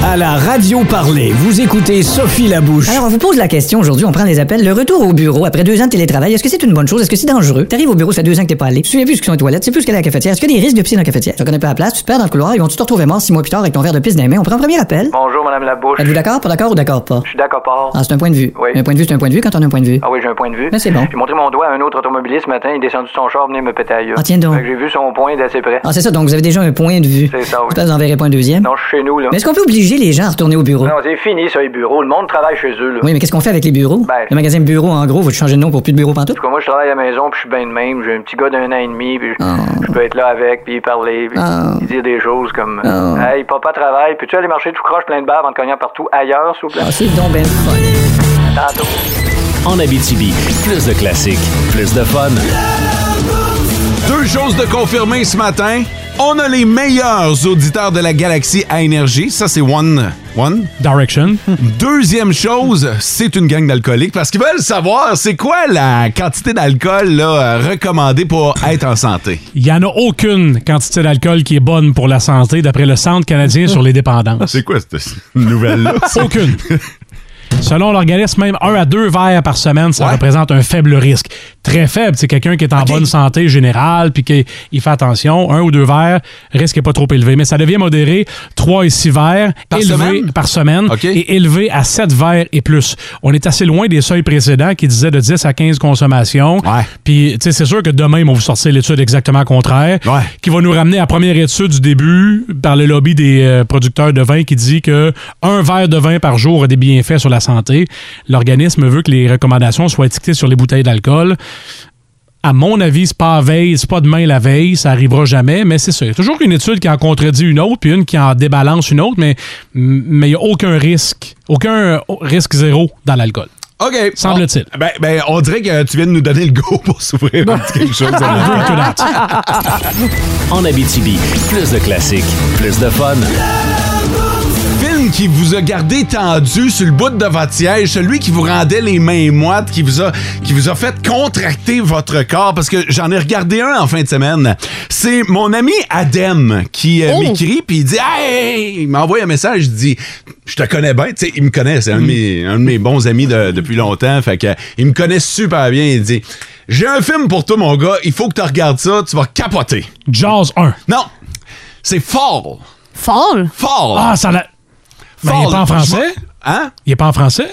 À la radio parler, vous écoutez Sophie Labouche. Alors, on vous pose la question aujourd'hui, on prend les appels. Le retour au bureau après deux ans de télétravail, est-ce que c'est une bonne chose? Est-ce que c'est dangereux? T'arrives au bureau, ça fait deux ans que t'es pas allé. Tu te souviens plus ce qu'ils sont aux toilettes, tu sais plus ce qu'elle est à la cafetière. Est-ce qu'il y a des risques de piscine dans la cafetière? Tu connais pas la place, tu te perds dans le couloir, ils vont te retrouver mort six mois plus tard avec ton verre de pisse dans les mains. On prend un premier appel. Bonjour, Madame Labouche. Êtes-vous d'accord, pas d'accord ou d'accord pas? Je suis d'accord, pas. Ah, c'est un point de vue. Oui. Un point de vue, c'est un point de vue quand on a un point de vue. Ah oui, j'ai un point de vue. Mais c'est bon. J'ai montré mon doigt à un autre automobiliste ce matin, il est descendu de son char, venir me péter ailleurs. Ah, tiens donc. J'ai vu son point d'assez près. Ah, c'est ça, donc vous avez déjà un point de vue. C'est ça, oui. J'espère que vous n'enverrez pas un deuxième. Non, je suis chez nous, là. Mais est-ce qu'on peut obliger les gens à retourner au bureau? Non, c'est fini, ça, les bureaux. Le monde travaille chez eux, là. Oui, mais qu'est-ce qu'on fait avec les bureaux? Ben- Le magasin bureau, en gros, vous changer de nom pour plus de bureau En pantoute? tout cas, moi, je travaille à la maison, puis je suis bien de même. J'ai un petit gars d'un an et demi, puis je- je peux être là avec, puis parler, puis Ah. dire des choses comme Ah. Hey, papa travaille, puis tu aller marcher tout croche plein de barres en te cognant partout ailleurs, s'il vous plaît? Ah, c'est donc ben le fun. Tantôt. En Abitibi, plus de classiques, plus de fun. Deux choses de confirmer ce matin. On a les meilleurs auditeurs de la galaxie à énergie. Ça, c'est One. One. Direction. Deuxième chose, c'est une gang d'alcooliques parce qu'ils veulent savoir c'est quoi la quantité d'alcool là, euh, recommandée pour être en santé. Il n'y en a aucune quantité d'alcool qui est bonne pour la santé, d'après le Centre canadien sur les dépendances. C'est quoi cette nouvelle-là? [laughs] Aucune. Selon l'organisme, même un à deux verres par semaine, ça représente un faible risque. Très faible. C'est quelqu'un qui est en bonne santé générale, puis qui il fait attention. Un ou deux verres, risque est pas trop élevé. Mais ça devient modéré. Trois et six verres Par élevé semaine? par semaine et élevé à sept verres et plus. On est assez loin des seuils précédents qui disaient de 10 à 15 consommations. Puis, tu sais, c'est sûr que demain, ils vont vous sortir l'étude exactement contraire, qui va nous ramener à la première étude du début par le lobby des euh, producteurs de vin qui dit que un verre de vin par jour a des bienfaits sur la santé. L'organisme veut que les recommandations soient étiquetées sur les bouteilles d'alcool. À mon avis, c'est pas la veille, c'est pas demain la veille, ça arrivera jamais, mais c'est ça. Il y a toujours une étude qui en contredit une autre, puis une qui en débalance une autre, mais mais il n'y a aucun risque, aucun euh, risque zéro dans l'alcool. OK. Semble-t-il. Ben, ben, on dirait que tu viens de nous donner le go [laughs] pour s'ouvrir un petit quelque chose. En Abitibi, plus de classiques, plus de fun. Film qui vous a gardé tendu sur le bout de votre siège, celui qui vous rendait les mains moites, qui vous a, qui vous a fait contracter votre corps, parce que j'en ai regardé un en fin de semaine. C'est mon ami Adem qui euh, m'écrit, puis il dit Hey, il m'envoie un message, il dit Je te connais bien, tu sais, il me connaît, c'est un, de mes- un de mes bons amis de- depuis longtemps, fait que, il me connaît super bien, il dit J'ai un film pour toi, mon gars, il faut que tu regardes ça, tu vas capoter. Jaws 1. Non, c'est Fall. Fall? Fall. Ah, ça l'a. Ben, il est pas en français? Hein? Il est pas en français?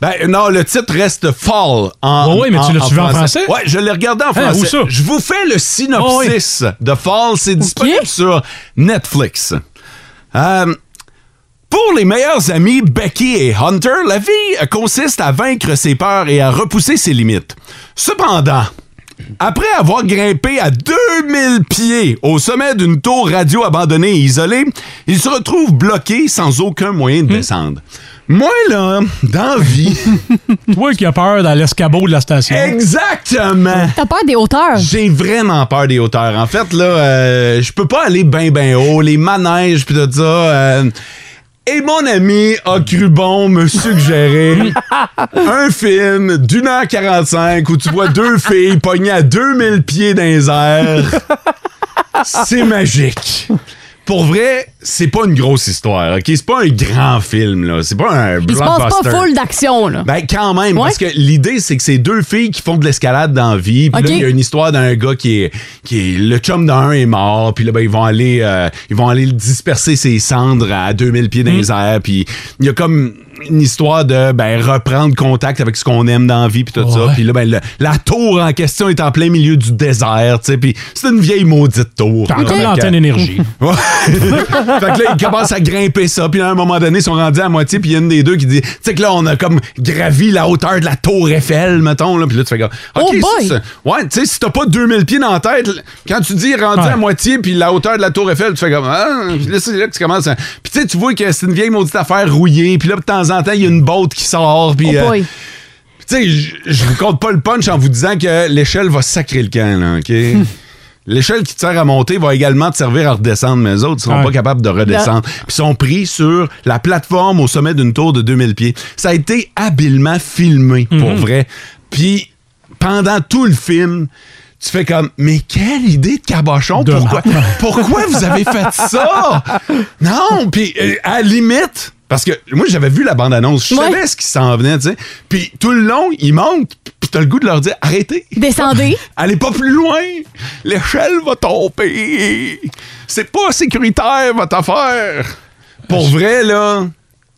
Ben non, le titre reste Fall en Ouais, ouais, mais tu l'as-tu vu en français? Ouais, je l'ai regardé en Hein, français. où ça? Je vous fais le synopsis de Fall, c'est disponible sur Netflix. Euh, pour les meilleurs amis Becky et Hunter, la vie consiste à vaincre ses peurs et à repousser ses limites. Cependant, après avoir grimpé à 2000 pieds au sommet d'une tour radio abandonnée et isolée, ils se retrouvent bloqués sans aucun moyen de descendre. Moi, là, dans vie. [laughs] Toi qui as peur dans l'escabeau de la station. Exactement. T'as peur des hauteurs? J'ai vraiment peur des hauteurs. En fait, là, euh, je peux pas aller ben ben haut. Les manèges, puis tout ça. euh, et mon ami a cru bon me [laughs] suggérer un film d'une heure 45 où tu vois deux filles pognées à 2000 pieds dans les airs. C'est magique. Pour vrai, c'est pas une grosse histoire, OK? C'est pas un grand film, là. C'est pas un Il se passe pas blockbuster. full d'action, là. Ben, quand même, Ouais. parce que l'idée, c'est que c'est deux filles qui font de l'escalade dans la vie. Puis Ok. là, il y a une histoire d'un gars qui est, qui est. Le chum d'un est mort. Puis là, ben, ils vont aller euh, ils vont aller disperser ses cendres à 2000 pieds dans les Mm. airs. Puis il y a comme une histoire de ben, reprendre contact avec ce qu'on aime dans la vie. Puis tout ça. Ouais. Puis là, ben, le- la tour en question est en plein milieu du désert. tu sais, Puis c'est une vieille maudite tour. T'as là. comme Fait que- l'antenne énergie. Ouais. [laughs] fait que là, ils commencent à grimper ça. Puis là, à un moment donné, ils sont rendus à moitié. Puis il y a une des deux qui dit Tu sais que là, on a comme gravi la hauteur de la tour Eiffel, mettons. Là. Puis là, tu fais comme OK, Oh boy! ça, ça- Ouais, tu sais, si t'as pas 2000 pieds dans la tête, l- quand tu dis rendu Ouais. à moitié, puis la hauteur de la tour Eiffel, tu fais comme Ah, Puis là, c'est là que tu commences. à- Puis tu sais, tu vois que c'est une vieille maudite affaire rouillée. Puis là, de temps en temps, il y a une botte qui sort. Puis. Oh euh, boy. tu sais, je- je vous compte pas le punch en vous disant que l'échelle va sacrer le camp, là, OK? L'échelle qui te sert à monter va également te servir à redescendre, mais les autres seront Ouais. pas capables de redescendre. Puis ils sont pris sur la plateforme au sommet d'une tour de 2000 pieds. Ça a été habilement filmé, pour vrai. Puis pendant tout le film, tu fais comme, mais quelle idée de cabochon! Pourquoi, pourquoi vous avez fait ça? Non! Puis euh, à la limite, parce que moi, j'avais vu la bande-annonce, je savais ce qui s'en venait, tu sais. Puis tout le long, ils montent, puis t'as le goût de leur dire arrêtez. Descendez. [laughs] Allez pas plus loin. L'échelle va tomber. C'est pas sécuritaire, votre affaire. Pour vrai, là,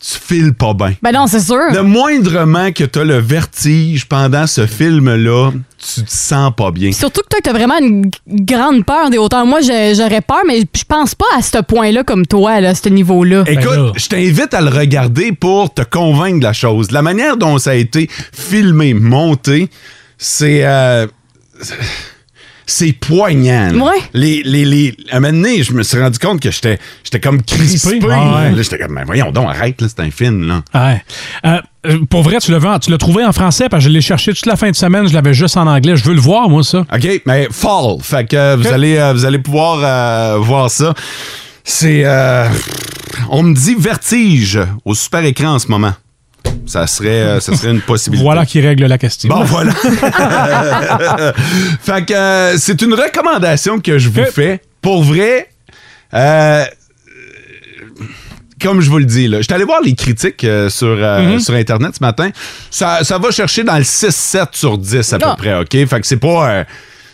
tu files pas bien. Ben non, c'est sûr. Le moindrement que t'as le vertige pendant ce film-là, tu te sens pas bien. Surtout que toi, t'as vraiment une g- grande peur des hauteurs. Moi, je- j'aurais peur, mais je pense pas à ce point-là comme toi, là, à ce niveau-là. Ben Écoute, je t'invite à le regarder pour te convaincre de la chose. La manière dont ça a été filmé, monté, c'est... euh, c'est poignant. là. Ouais. Les, les, les, à un moment donné, je me suis rendu compte que j'étais j'étais comme crispé. Crispé, Ah ouais. Là, j'étais comme, mais voyons donc, arrête, là, c'est un film. Là. Ouais. Euh, euh, pour vrai, tu l'as, vu en- tu l'as trouvé en français parce que je l'ai cherché toute la fin de semaine. Je l'avais juste en anglais. Je veux le voir, moi, ça. OK, mais Fall. Fait que euh, vous, allez, euh, vous allez pouvoir euh, voir ça. C'est. euh, on me dit vertige au super écran en ce moment. Ça serait, euh, ça serait une possibilité. Voilà qui règle la question. Bon, voilà. [laughs] fait que euh, c'est une recommandation que je vous fais. Pour vrai, euh, comme je vous le dis, là, je suis allé voir les critiques euh, sur, euh, Mhm. sur Internet ce matin. Ça, ça va chercher dans le 6-7 sur 10 à Ah. peu près, OK? Fait que c'est pas... euh,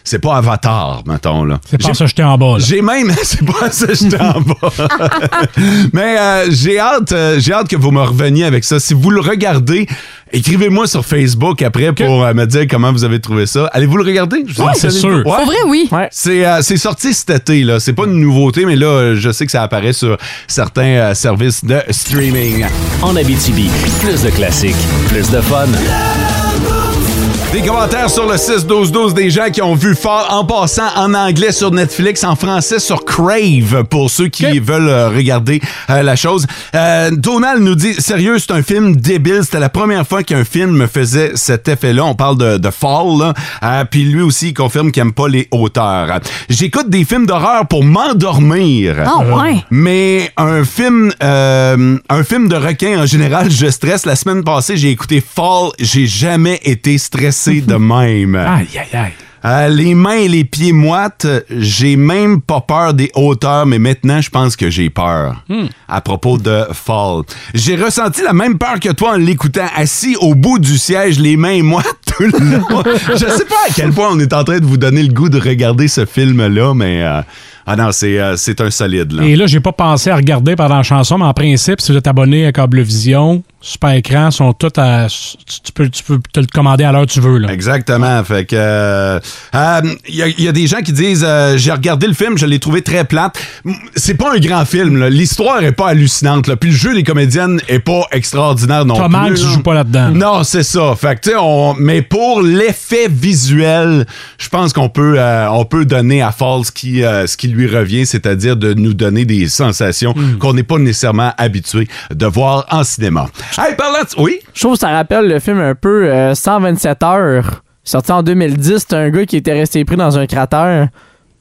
c'est pas Avatar, mettons, là. C'est pas J'ai- ça, j'étais en bas. là. j'ai même, [laughs] c'est pas ça, j'étais en bas. [laughs] Mais euh, j'ai hâte, euh, j'ai hâte que vous me reveniez avec ça. Si vous le regardez, écrivez-moi sur Facebook après pour euh, me dire comment vous avez trouvé ça. Allez-vous le regarder Je vous Ouais, en c'est salue. sûr. Ouais. Pour vrai, oui. C'est euh, c'est sorti cet été là. C'est pas une nouveauté, mais là, euh, je sais que ça apparaît sur certains euh, services de streaming. En Abitibi, plus de classiques, plus de fun. Des commentaires sur le 6-12-12 des gens qui ont vu fort en passant en anglais sur Netflix, en français sur Crave pour ceux qui veulent euh, regarder euh, la chose. Euh, Donald nous dit Sérieux, c'est un film débile. C'était la première fois qu'un film me faisait cet effet-là. On parle de, de Fall. là. Euh, Puis lui aussi, il confirme qu'il aime pas les hauteurs. J'écoute des films d'horreur pour m'endormir. Ah ouais. Mais un film, euh, un film de requin en général, je stresse. La semaine passée, j'ai écouté Fall. J'ai jamais été stressé [laughs] de même. Aïe, aïe, aïe. Euh, les mains et les pieds moites, j'ai même pas peur des hauteurs, mais maintenant je pense que j'ai peur. Hmm. À propos de Fall. J'ai ressenti la même peur que toi en l'écoutant, assis au bout du siège, les mains moites [laughs] tout le long. Je sais pas à quel point on est en train de vous donner le goût de regarder ce film-là, mais euh, ah non, c'est euh, c'est un solide. Là. [laughs] Et là, j'ai pas pensé à regarder pendant la chanson, mais en principe, si vous êtes abonné à Cablevision, Super Écran, sont toutes à. Tu, tu peux, tu peux te le commander à l'heure que tu veux. Là. Exactement. Fait que euh, euh, il y, a- il y a des gens qui disent euh, j'ai regardé le film, je l'ai trouvé très plate. M- C'est pas un grand film. là. L'histoire est pas hallucinante. là. Puis le jeu des comédiennes est pas extraordinaire non Tom plus. Hanks là. joue pas là-dedans. Non, c'est ça. Fait que, tu sais, on- mais pour l'effet visuel, je pense qu'on peut, euh, on peut donner à Fall ce qui, euh, ce qui lui lui revient, c'est-à-dire de nous donner des sensations qu'on n'est pas nécessairement habitué de voir en cinéma. Hey, parlant de- Oui? Je trouve que ça rappelle le film un peu euh, 127 heures. Sorti en 2010, c'est un gars qui était resté pris dans un cratère.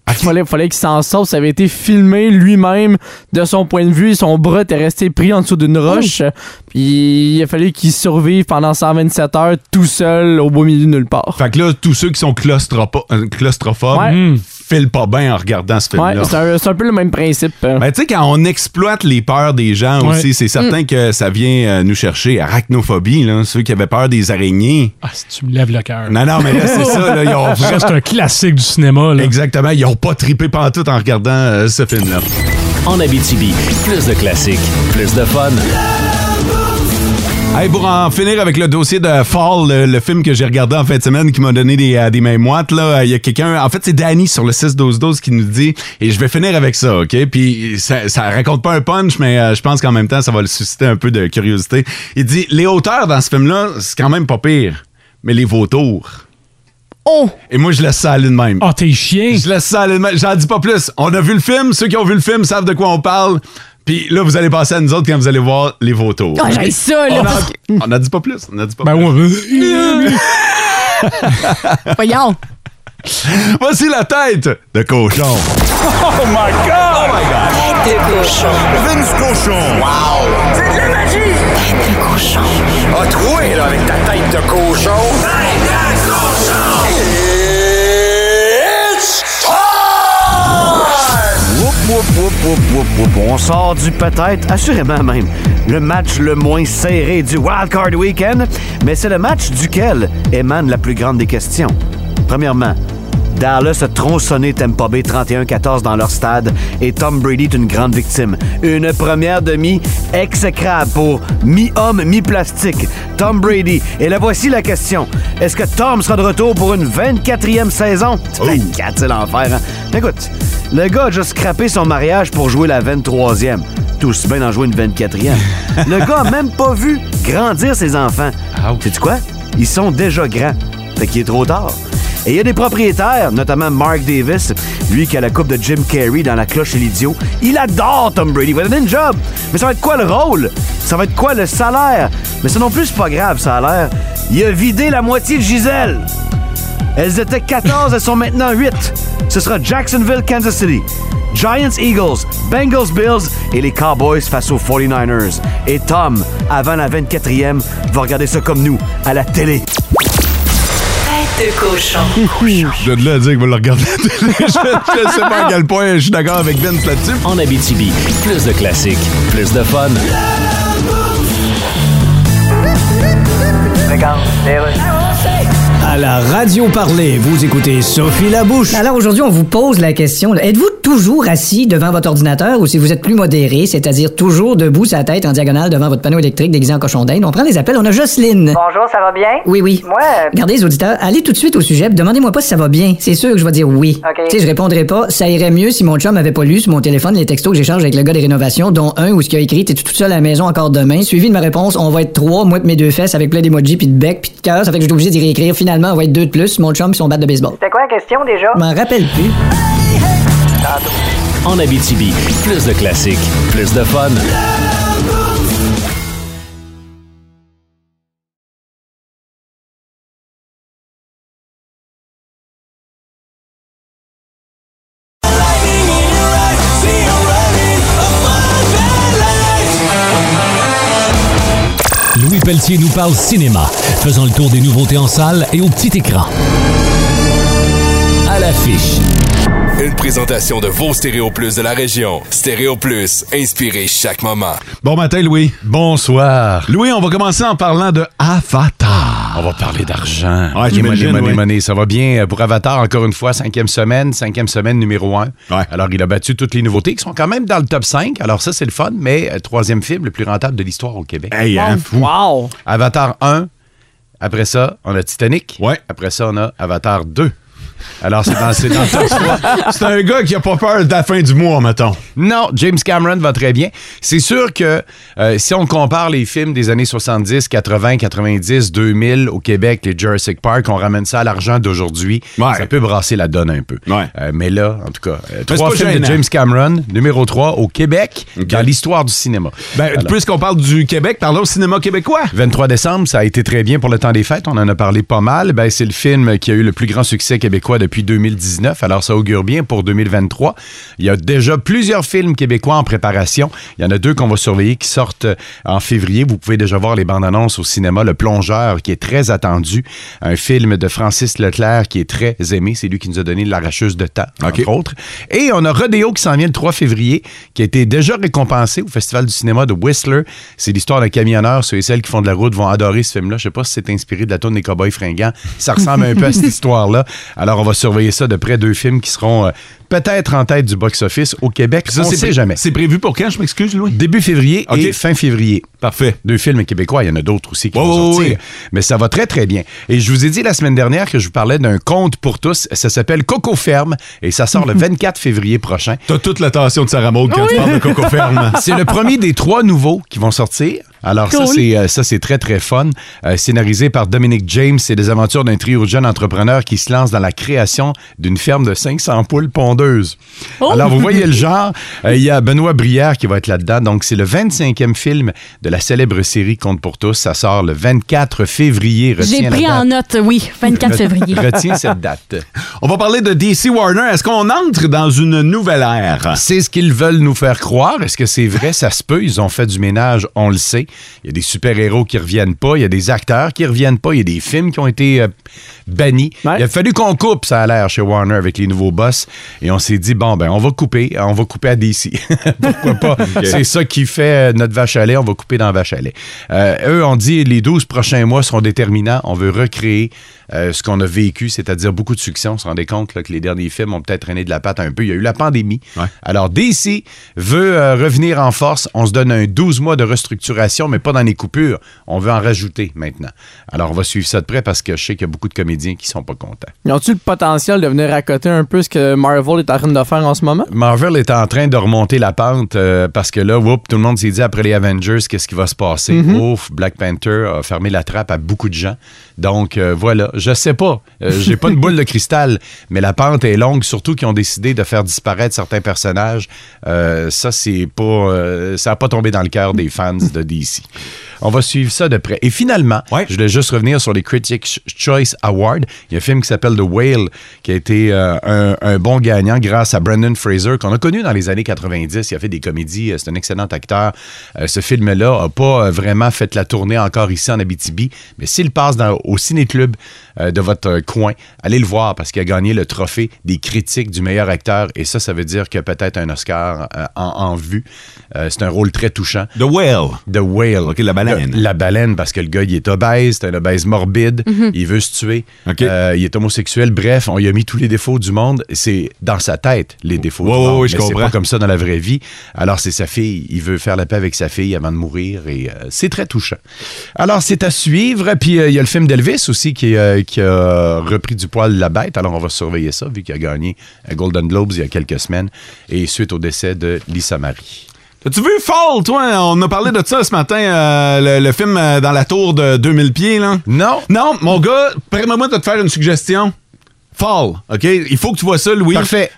Il fallait, fallait qu'il s'en sorte. Ça avait été filmé lui-même de son point de vue. Son bras était resté pris en dessous d'une roche. Puis il a fallu qu'il survive pendant 127 heures tout seul au beau milieu de nulle part. Fait que là, tous ceux qui sont claustropo- euh, claustrophobes Ouais. ne filent pas bien en regardant ce Ouais, film-là. c'est un, c'est un peu le même principe. Ben, tu sais, quand on exploite les peurs des gens Ouais. aussi, c'est certain que ça vient euh, nous chercher. Arachnophobie, là, ceux qui avaient peur des araignées. Ah, si tu me lèves le cœur. Non, non, mais là, c'est ça. Là, ils ont Ça, c'est un classique du cinéma. Exactement. Ils n'ont pas trippé pantoute en regardant euh, ce film-là. En Abitibi, plus de classiques, plus de fun. Hey, pour en finir avec le dossier de Fall, le, le film que j'ai regardé en fin de semaine qui m'a donné des, euh, des mains moites, là, il y a quelqu'un, en fait, c'est Danny sur le 6-12-12 qui nous dit, et je vais finir avec ça, OK? Puis ça, ça raconte pas un punch, mais euh, je pense qu'en même temps, ça va le susciter un peu de curiosité. Il dit, les hauteurs dans ce film-là, c'est quand même pas pire, mais les vautours. Oh! Ah, Et moi, je laisse ça aller de même. Oh, t'es chien! Je laisse ça aller de même. J'en dis pas plus. On a vu le film. Ceux qui ont vu le film savent de quoi on parle. Puis là, vous allez passer à nous autres quand vous allez voir les vautours. Ah, j'aille ça, là, On en- parce On a dit pas plus. On a dit pas Ben, plus. ouais, [laughs] Voyons. Voici la tête de cochon. Oh my god! Oh my god! Tête de cochon. Vince cochon. Wow! C'est de la magie! Tête de cochon. Ah, troué, là, avec ta tête de cochon. Tête de cochon! It's Whoop, whoop, whoop, whoop, whoop, whoop. On sort du peut-être, assurément même, le match le moins serré du Wild Card Weekend, mais c'est le match duquel émane la plus grande des questions. Premièrement, Dallas a tronçonné Tampa Bay 31-14 dans leur stade et Tom Brady est une grande victime. Une première demi exécrable pour mi-homme, mi-plastique. Tom Brady. Et là, voici la question. Est-ce que Tom sera de retour pour une 24e saison? 24, c'est l'enfer, hein? Écoute, le gars a juste scrappé son mariage pour jouer la 23e. Tout aussi bien d'en jouer une 24e. le gars a même pas vu grandir ses enfants. Sais-tu quoi? Ils sont déjà grands. Fait qu'il est trop tard. Et il y a des propriétaires, notamment Mark Davis, lui qui a la coupe de Jim Carrey dans La cloche et l'idiot. Il adore Tom Brady. Il va donner une job. Mais ça va être quoi le rôle? Ça va être quoi le salaire? Mais ça non plus, c'est pas grave, ça a l'air. Il a vidé la moitié de Gisèle. Elles étaient 14, elles sont maintenant 8. Ce sera Jacksonville, Kansas City. Giants, Eagles, Bengals, Bills et les Cowboys face aux 49ers. Et Tom, avant la 24e, va regarder ça comme nous, à la télé. Tête de cochon. [laughs] Je viens de là à dire que vous le regardez. [laughs] je, je sais pas à quel point je suis d'accord avec Vince là-dessus. En Abitibi, plus de classiques, plus de fun. À la radio parler, vous écoutez Sophie Labouche. Ben Alors aujourd'hui, on vous pose la question. là. Êtes-vous toujours assis devant votre ordinateur ou si vous êtes plus modéré, c'est-à-dire toujours debout sa tête en diagonale devant votre panneau électrique déguisé en cochon d'Inde? On prend les appels. On a Jocelyne. Bonjour, ça va bien? Oui, oui. Moi, euh, Regardez les auditeurs, allez tout de suite au sujet, puis demandez-moi pas si ça va bien. C'est sûr que je vais dire oui. OK. Tu sais, je répondrai pas. Ça irait mieux si mon chum avait pas lu sur mon téléphone les textos que j'échange avec le gars des rénovations, dont un où ce qu'il a écrit T'es-tu toute seule à la maison encore demain Suivi de ma réponse On va être trois, moi de mes deux fesses avec plein d'emojis puis de bec puis de cœur. Ça fait que je suis obligé d'y réécrire. Finalement, on va être deux de plus, mon chum puis son bat de baseball. c'était quoi la question déjà? Je m'en rappelle plus. En Abitibi, plus de classiques, plus de fun. Louis Pelletier nous parle cinéma, faisant le tour des nouveautés en salle et au petit écran. À l'affiche. Une présentation de vos Stéréo Plus de la région. Stéréo Plus, inspirez chaque moment. Bon matin, Louis. Bonsoir. Louis, on va commencer en parlant de [laughs] Avatar. On va parler d'argent. Ouais, Les j'imagine, monnaies, monnaies, oui. monnaies. Ça va bien euh, pour Avatar, encore une fois, cinquième semaine, cinquième semaine numéro un. Alors, il a battu toutes les nouveautés qui sont quand même dans le top 5. Alors, ça, c'est le fun, mais euh, troisième film le plus rentable de l'histoire au Québec. Hey, hein, Wow. fou. Avatar 1. Après ça, on a Titanic. Après ça, on a Avatar 2. Alors, c'est dans, c'est dans le top trois. C'est un gars qui a pas peur de la fin du mois, mettons. Non, James Cameron va très bien. C'est sûr que euh, si on compare les films des années 70, 80, 90, 2000 au Québec, les Jurassic Park, on ramène ça à l'argent d'aujourd'hui, ça peut brasser la donne un peu. Euh, mais là, en tout cas, euh, c'est trois pas films de gênant. James Cameron, numéro 3 au Québec, dans l'histoire du cinéma. Ben, puisqu'on parle du Québec, parlons au cinéma québécois. 23 décembre, ça a été très bien pour le temps des fêtes. On en a parlé pas mal. Ben, c'est le film qui a eu le plus grand succès québécois depuis 2019. Alors, ça augure bien pour 2023. Il y a déjà plusieurs films québécois en préparation. Il y en a deux qu'on va surveiller qui sortent euh, en février. Vous pouvez déjà voir les bandes annonces au cinéma. Le Plongeur, qui est très attendu. Un film de Francis Leclerc qui est très aimé. C'est lui qui nous a donné l'arracheuse de temps, entre autres. Et on a Rodéo qui s'en vient le 3 février, qui a été déjà récompensé au Festival du cinéma de Whistler. C'est l'histoire d'un camionneur. Ceux et celles qui font de la route vont adorer ce film-là. Je sais pas si c'est inspiré de la tourne des Cowboys fringants. Ça ressemble un peu à cette histoire-là. Alors, on va surveiller ça de près. Deux films qui seront euh, peut-être en tête du box-office au Québec. Ça, on c'est sait pré- jamais. C'est prévu pour quand, je m'excuse, Louis? Début février et fin février. Parfait. Deux films québécois. Il y en a d'autres aussi qui vont sortir. Mais ça va très, très bien. Et je vous ai dit la semaine dernière que je vous parlais d'un conte pour tous. Ça s'appelle Coco Ferme et ça [laughs] sort le 24 février prochain. T'as toute l'attention de Sarah Maud quand tu parles de Coco Ferme. C'est le premier des trois nouveaux qui vont sortir. Alors ça, Cool. c'est euh, ça, c'est très, très fun. Euh, scénarisé par Dominique James, c'est les aventures d'un trio de jeunes entrepreneurs qui se lancent dans la création d'une ferme de 500 poules pondeuses. Oh! Alors, vous voyez le genre. Euh, Il y a Benoît Brière qui va être là-dedans. Donc, c'est le 25e film de la célèbre série Compte pour tous. Ça sort le 24 février. Retiens J'ai la pris date. en note, oui, 24 février. Retiens cette date. On va parler de DC Warner. Est-ce qu'on entre dans une nouvelle ère? C'est ce qu'ils veulent nous faire croire. Est-ce que c'est vrai? Ça se peut. Ils ont fait du ménage, on le sait. Il y a des super-héros qui reviennent pas. Il y a des acteurs qui reviennent pas. Il y a des films qui ont été euh, bannis. Il a fallu qu'on coupe, ça a l'air, chez Warner avec les nouveaux boss. Et on s'est dit, bon, ben, on va couper. On va couper à [laughs] DC. Pourquoi pas? Ok. C'est ça qui fait euh, notre vache à lait. On va couper dans la vache à lait. Euh, eux, on dit les 12 prochains mois seront déterminants. On veut recréer euh, ce qu'on a vécu, c'est-à-dire beaucoup de succès. On se rendait compte là, que les derniers films ont peut-être traîné de la patte un peu. Il y a eu la pandémie. Alors, DC veut euh, revenir en force. On se donne un 12 mois de restructuration, mais pas dans les coupures. On veut en rajouter maintenant. Alors, on va suivre ça de près parce que je sais qu'il y a beaucoup de comédiens qui sont pas contents. Ils ont-tu le potentiel de venir accoter un peu ce que Marvel est en train de faire en ce moment? Marvel est en train de remonter la pente euh, parce que là, whoop, tout le monde s'est dit après les Avengers, qu'est-ce qui va se passer? Mhm. Ouf, Black Panther a fermé la trappe à beaucoup de gens. Donc euh, voilà, je sais pas, Euh, j'ai pas une boule de cristal, mais la pente est longue, surtout qu'ils ont décidé de faire disparaître certains personnages. Euh, ça, c'est pas, euh, ça a pas tombé dans le cœur des fans de DC. On va suivre ça de près. Et finalement, je voulais juste revenir sur les Critics' Choice Awards. Il y a un film qui s'appelle The Whale qui a été euh, un, un bon gagnant grâce à Brendan Fraser qu'on a connu dans les années 90. Il a fait des comédies. euh, C'est un excellent acteur. Euh, ce film-là n'a pas euh, vraiment fait la tournée encore ici en Abitibi, mais s'il passe dans- au ciné-club euh, de votre euh, coin, allez le voir parce qu'il a gagné le trophée des critiques du meilleur acteur. Et ça, ça veut dire qu'il y a peut-être un Oscar euh, en, en vue. Euh, c'est un rôle très touchant. The Whale. The Whale. la baleine. Le- la baleine, parce que le gars, il est obèse, c'est un obèse morbide, Mhm. il veut se tuer, Euh, il est homosexuel, bref, on lui a mis tous les défauts du monde. C'est dans sa tête, les défauts Ouais, du ouais, monde. ouais, je mais c'est comprends. pas comme ça dans la vraie vie. Alors, c'est sa fille, il veut faire la paix avec sa fille avant de mourir, et euh, c'est très touchant. Alors, c'est à suivre. Puis, euh, il y a le film d'Elvis aussi qui, euh, qui a repris du poil de la bête. Alors, on va surveiller ça, vu qu'il a gagné un Golden Globes il y a quelques semaines, et suite au décès de Lisa Marie. T'as-tu vu Fall, toi? On a parlé de ça ce matin, euh, le, le film euh, dans la tour de 2000 pieds, là. Non. Non, mon gars, permets-moi de te faire une suggestion. Fall, OK? Il faut que tu vois ça, Louis. Parfait.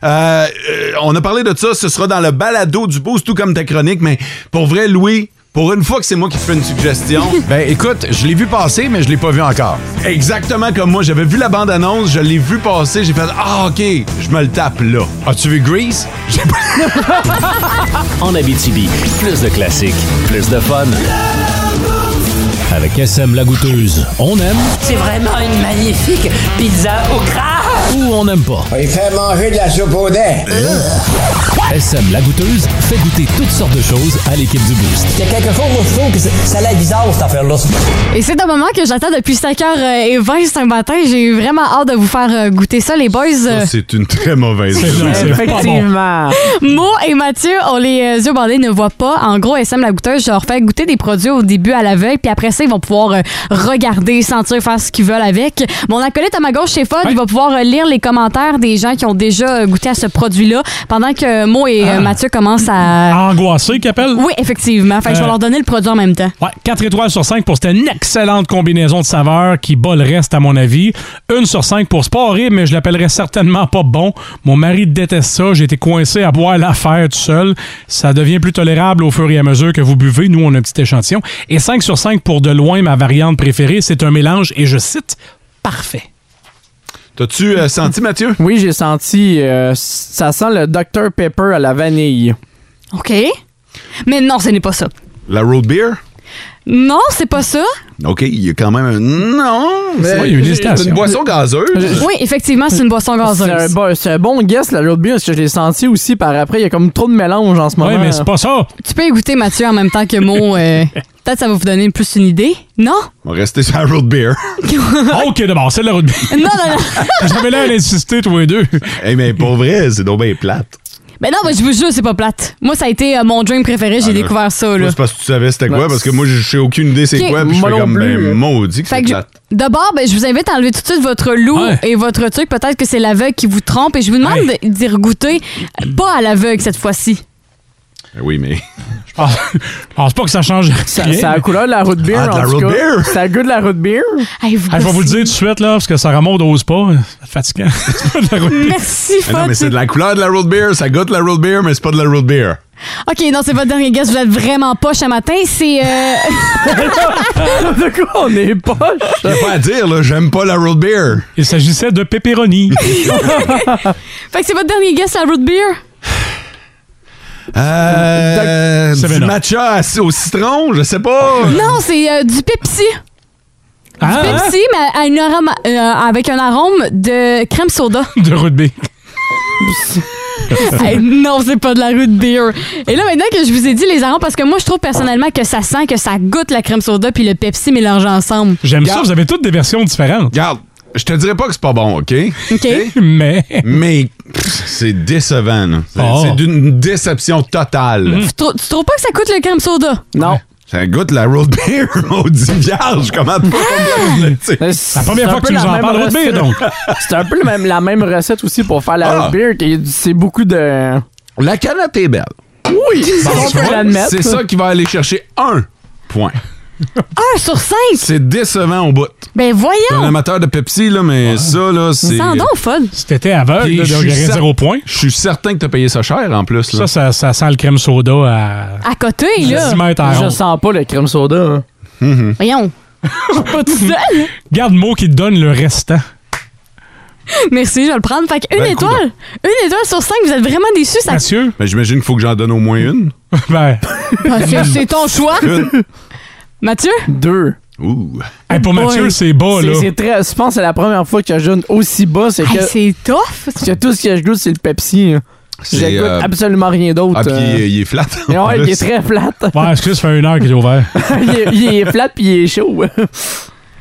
on a parlé de ça, ce sera dans le balado du boost, tout comme ta chronique, mais pour vrai, Louis, pour une fois que c'est moi qui te fais une suggestion... [laughs] ben, écoute, je l'ai vu passer, mais je l'ai pas vu encore. Exactement comme moi. J'avais vu la bande-annonce, je l'ai vu passer, j'ai fait « Ah, OK, je me le tape, là. » As-tu vu Grease? [laughs] En Abitibi, plus de classiques, plus de fun. Avec SM La Goûteuse, on aime C'est vraiment une magnifique pizza au gras. ou on n'aime pas. Euh. Il fait manger de la soupe au SM la goûteuse fait goûter toutes sortes de choses à l'équipe du Boost. Il y a quelque chose, moi, je trouve que c'est- ça a l'air bizarre, cette affaire-là. Et c'est un moment que j'attends depuis euh, 5h20 ce matin. J'ai vraiment hâte de vous faire euh, goûter ça, les boys. Euh, C'est une très mauvaise C'est chose. vrai, c'est Effectivement. Mo et Mathieu ont les euh, yeux bandés, ne voient pas. En gros, SM la goûteuse, je leur fais goûter des produits au début à l'aveugle, puis après ça, ils vont pouvoir euh, regarder, sentir, faire ce qu'ils veulent avec. Mon acolyte à ma gauche, c'est Fod, il va pouvoir euh, lire les commentaires des gens qui ont déjà euh, goûté à ce produit-là pendant que euh, Mo et euh, Ah. Mathieu commencent à. Angoissé, qui appelle? Oui, effectivement. Fait que je vais Euh. leur donner le produit en même temps. Ouais, 4 étoiles sur 5 pour cette une excellente combinaison de saveurs qui bat le reste, à mon avis. Une sur 5 pour Sport horrible, mais je l'appellerais certainement pas bon. Mon mari déteste ça. J'ai été coincé à boire l'affaire tout seul. Ça devient plus tolérable au fur et à mesure que vous buvez. Nous, on a un petit échantillon. Et 5 sur 5 pour de loin ma variante préférée. C'est un mélange, et je cite, parfait. T'as-tu [laughs] euh, senti, Mathieu? Oui, j'ai senti. euh, ça sent le Dr Pepper à la vanille. OK. Mais non, ce n'est pas ça. La road beer? Non, c'est pas ça. OK, il y a quand même un... Non! C'est- mais Ouais, il y a une c'est hésitation. une boisson gazeuse. Oui, effectivement, c'est une boisson gazeuse. C'est un, bon, c'est un bon guess, la road beer, parce que je l'ai senti aussi par après. Il y a comme trop de mélange en ce moment. mais c'est pas ça. Tu peux écouter Mathieu en même temps que Mo. [laughs] euh, Peut-être ça va vous donner plus une idée. Non? On va rester sur la road beer. OK, d'abord, c'est de la road beer. [laughs] Non, non, non. J'avais l'air d'insister, tous les deux. Eh mais pour vrai, c'est donc bien plate. Mais non, mais je vous jure, c'est pas plate. Moi, ça a été euh, mon drink préféré. J'ai Ah, là, découvert ça. Moi, Là. C'est parce que tu savais c'était quoi, Ouais. parce que moi, je sais aucune idée c'est Ok. quoi, puis je Moi fais non comme, plus. ben, maudit que Fait c'est que je- plate. D'abord, ben, je vous invite à enlever tout de suite votre loup Ouais. et votre truc. Peut-être que c'est l'aveugle qui vous trompe. Et je vous demande de- d'y regoûter, euh, pas à l'aveugle cette [laughs] fois-ci. Ben Eh Oui, mais... [laughs] Je pense, je pense pas que ça change Ça, rien. ça a la couleur de la root beer, Ah, de en la tout root cas. beer? Ça a le goût de la root beer. Ah, je vais vous le dire tout de suite, là, parce que Sarah Maud n'ose pas. C'est fatigant. C'est pas de la route. Merci, Ah non, Fod. mais c'est de la couleur de la road beer, ça goûte la road beer, mais c'est pas de la road beer. OK, non, c'est votre dernier guess. Vous êtes vraiment poche ce matin. C'est... euh, [laughs] [laughs] de quoi on est poche? Y'a pas à dire, là, j'aime pas la road beer. Il s'agissait de [laughs] pepperoni. fait que c'est votre dernier guess à root beer? Euh, du matcha à- au citron, je sais pas. Non, c'est euh, du Pepsi. Hein? du Pepsi, mais à une aroma- euh, avec un arôme de crème [laughs] soda. de route B. Hey, non, c'est pas de la root beer. Et là, maintenant que je vous ai dit les arômes, parce que moi, je trouve personnellement que ça sent, que ça goûte la crème soda puis le Pepsi mélangé ensemble. J'aime ça, vous avez toutes des versions différentes. Regarde, je te dirais pas que c'est pas bon, OK? OK. Mais. Mais pff, c'est décevant, là. C'est Oh. Mm. c'est d'une déception totale. Tu trou- tu trouves pas que ça coûte le crème soda? Non. Ça goûte la road beer, [laughs] maudit vierge. Comment tu peux pas me La Ah! C'est un peu la même recette. [laughs] C'est un peu le même- la même recette aussi pour faire la Ah. root beer. qu'il y a du- C'est beaucoup de. La canette est belle. Oui, Bon, [laughs] on tu vois, peut l'admettre. C'est ça qui va aller chercher un point. Un sur cinq? C'est décevant au bout. Ben Je suis un voyons! amateur de Pepsi, là, mais ça, là, c'est... euh, Sans donc, fun. C'était aveugle, Puis là, de je suis gagner cer- zéro point. Je suis certain que t'as payé ça cher, en plus. Là. Ça, ça, ça sent le crème soda à. À côté, Je là. dis mètres à Je rond. sens pas le crème soda. hein. Mm-hmm. Voyons. Je suis [laughs] pas tout seul. Garde mot qui te donne le restant. Merci, je vais le prendre. Fait qu'une Ben, cool. étoile. Une étoile sur cinq, vous êtes vraiment déçus. Ça... Mathieu? Mais Ben, j'imagine qu'il faut que j'en donne au moins une. [laughs] ben. [laughs] Mathieu, c'est ton choix. Une. Mathieu? Deux. Ouh. Hey, pour Mathieu, c'est bas, C'est- là. c'est très. Je pense que c'est la première fois que je jeûne aussi bas. C'est Hey, que. c'est tough. Parce que tout ce que je goûte, c'est le Pepsi. hein. Je C'est, goûte euh, absolument rien d'autre. Ah, puis il euh. est- il est flat. Mais en ouais, il est plus. très flat. Ouais, excuse, ça fait une heure qu'il est ouvert. [laughs] il, est, il est flat puis il est chaud.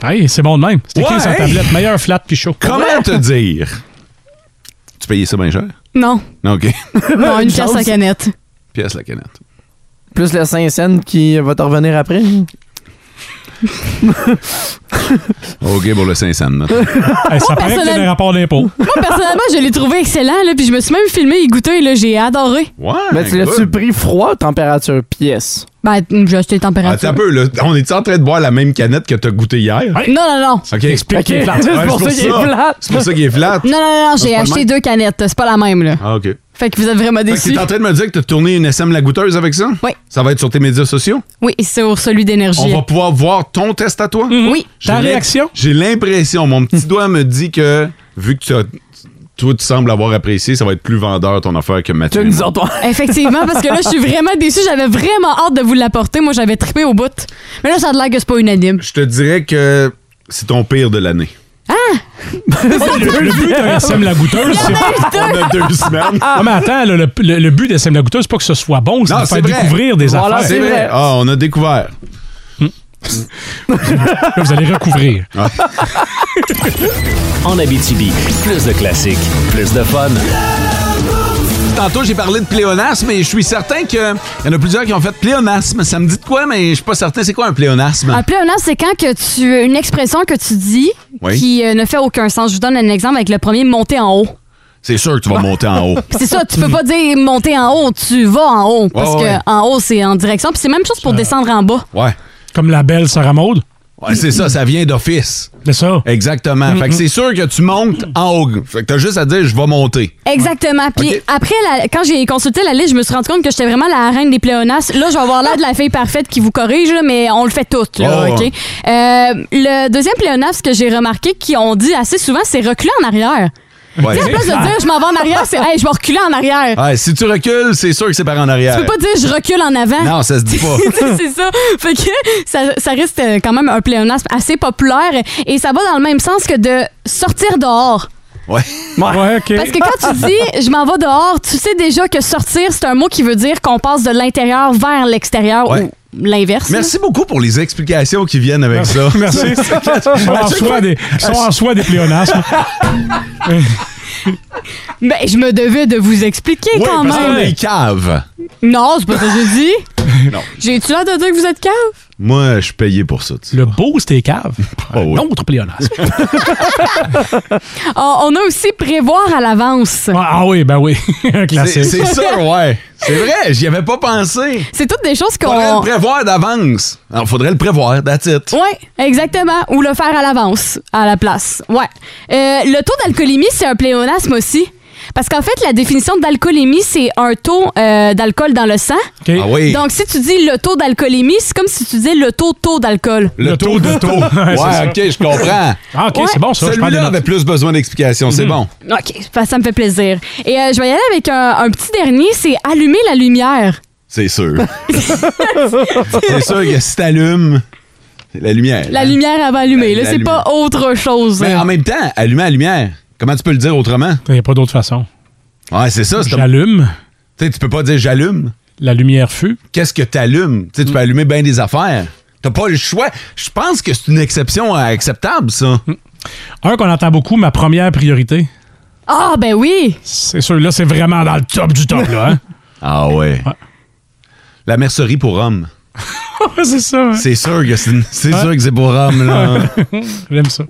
Hey, c'est bon de même. C'était écrit Ouais, sur la hey. tablette. Meilleur flat puis chaud. Comment te [laughs] dire? Tu payais ça bien cher? [laughs] Non. Non, OK. [laughs] Non, une Une pièce à chance. canette. Pièce la canette. Plus le Saint-Saëns qui va te [laughs] revenir après. [laughs] OK pour le 500. là. [laughs] Hey, ça Moi, paraît que t'as personnel- des rapports d'impôts. Moi, personnellement, je l'ai trouvé excellent, là, puis je me suis même filmé et goûté, là, j'ai adoré. Ouais. Mais tu l'as-tu pris froid, température pièce? Ben, j'ai acheté Attends température. un Ah, peu, là. On est-tu en train de boire la même canette que t'as goûté hier? Non, non, non. OK. Explique qu'il est flat. [laughs] Ouais, C'est pour ça qu'il est flat. C'est pour ça qu'il [laughs] est flat. Non, non, non, non, c'est j'ai pas le acheté même? deux canettes. C'est pas la même, là. Ah, OK. Fait que vous êtes vraiment Fait que déçus. t'es en train de me dire que t'as tourné une SM la goûteuse avec ça? Oui. Ça va être sur tes médias sociaux? Oui, c'est sur celui On d'énergie. va pouvoir voir ton test à toi? Oui. J'ai Ta l'im- réaction? J'ai l'impression, mon petit doigt me dit que, vu que tu as- toi, tu sembles avoir apprécié, ça va être plus vendeur ton affaire que Mathieu. Tu nous entends? [laughs] Effectivement, parce que là, je suis vraiment déçue. J'avais vraiment hâte de vous l'apporter. Moi, j'avais trippé au bout. Mais là, ça a l'air que c'est pas unanime. Je te dirais que [laughs] c'est ton pire de l'année. Ah! le, le but de SM La Goûteuse, [laughs] c'est. On a deux semaines. Non, mais attends, là, le, le- le but de SM La Goûteuse, c'est pas que ce soit bon, c'est Non, de Ah, c'est faire vrai. découvrir des Voilà, affaires. c'est vrai. Ah, on a découvert. Hmm. Là, vous allez recouvrir. Ah. En Abitibi, plus de classiques, plus de fun. Tantôt, j'ai parlé de pléonasme et je suis certain qu'il y en a plusieurs qui ont fait pléonasme. Ça me dit de quoi, mais je suis pas certain. C'est quoi un pléonasme? Un pléonasme, c'est quand que tu une expression que tu dis Oui. qui euh, ne fait aucun sens. Je vous donne un exemple avec le premier monter en haut. C'est sûr que tu vas monter en haut. Puis [laughs] C'est ça, tu peux pas dire monter en haut, tu vas en haut parce Ouais, ouais. que en haut c'est en direction, puis c'est même chose pour descendre en bas. Ouais. Comme la belle Sarah Maud. Ouais, c'est ça, ça vient d'office. C'est ça. Exactement. Fait que c'est sûr que tu montes en haut. Fait que t'as juste à dire je vais monter. Exactement. Puis après, la- quand j'ai consulté la liste, je me suis rendu compte que j'étais vraiment la reine des pléonasmes. Là, je vais avoir l'air de la fille parfaite qui vous corrige, là, mais on le fait toutes. là, Oh, OK? ouais. Euh, le deuxième pléonasme que j'ai remarqué, qu'on dit assez souvent, c'est reculer en arrière. Ouais. Tu sais, en place de dire je m'en vais en arrière, c'est hey, je vais reculer en arrière. [laughs] Ouais, si tu recules, c'est sûr que c'est par en arrière. Tu peux pas dire je recule en avant. Non, ça se [laughs] dit pas. c'est ça. Fait que ça, ça reste euh, quand même un pléonasme assez populaire et ça va dans le même sens que de sortir dehors. Ouais. Ouais, OK. Parce que quand [laughs] [laughs] tu dis je m'en vais dehors, tu sais déjà que sortir, c'est un mot qui veut dire qu'on passe de l'intérieur vers l'extérieur Ouais. ou l'inverse. Merci beaucoup pour les explications qui viennent avec ça. [laughs] [laughs] Merci. Ils sont en soi des- ils sont en soi [laughs] des pléonasmes. Mais Ben, je me devais de vous expliquer Oui, quand parce qu'on même. est [laughs] cave. Non, c'est pas ça que j'ai dit. Non. J'ai-tu l'air de dire que vous êtes cave? Moi, je suis payé pour ça. tu sais. Oh Le beau, c'était [laughs] cave. ouais. Un autre pléonasme. [laughs] Ah, On a aussi prévoir à l'avance. Ah oui, ben oui. [laughs] Un C'est classique. c'est [laughs] ça, ouais. C'est vrai, j'y avais pas pensé. C'est toutes des choses Faudrait le qu'on... prévoir d'avance. Alors, faudrait le prévoir, that's it. Oui, exactement. Ou le faire à l'avance, à la place. Ouais. Euh, le taux d'alcoolémie, c'est un pléonasme aussi. Parce qu'en fait, la définition d'alcoolémie, c'est un taux euh, d'alcool dans le sang. Ah oui. Donc, si tu dis le taux d'alcoolémie, c'est comme si tu disais le taux taux d'alcool. Le, taux de [laughs] taux. c'est ouais, ça. ok, je comprends. [laughs] Ah, ok, c'est bon, ça, je prends des Celui-là notes. Mhm. avait plus besoin d'explications, c'est bon. [laughs] OK, ça- ça me fait plaisir. Et euh, je vais y aller avec un, un petit dernier, c'est allumer la lumière. C'est sûr. c'est sûr que si t'allumes, c'est la lumière. La lumière avant allumée, La- là, la c'est pas autre chose. Mais en même temps, allumer la lumière, comment tu peux le dire autrement? Il n'y a pas d'autre façon. Ouais, c'est ça. J'allume. Tu sais, tu peux pas dire j'allume. La lumière fut. Mm. Qu'est-ce que t'allumes? Tu sais, tu peux allumer bien des affaires. T'as pas le choix. Je pense que c'est une exception euh, acceptable, ça. Mm. Un qu'on entend beaucoup, ma première priorité. Ah, ben oui! C'est sûr, là, c'est vraiment dans le top du top, [laughs] là. hein? Ah ouais. La mercerie pour hommes. c'est ça. C'est sûr que c'est c'est Ouais. sûr que c'est pour hommes, là. [laughs] J'aime ça.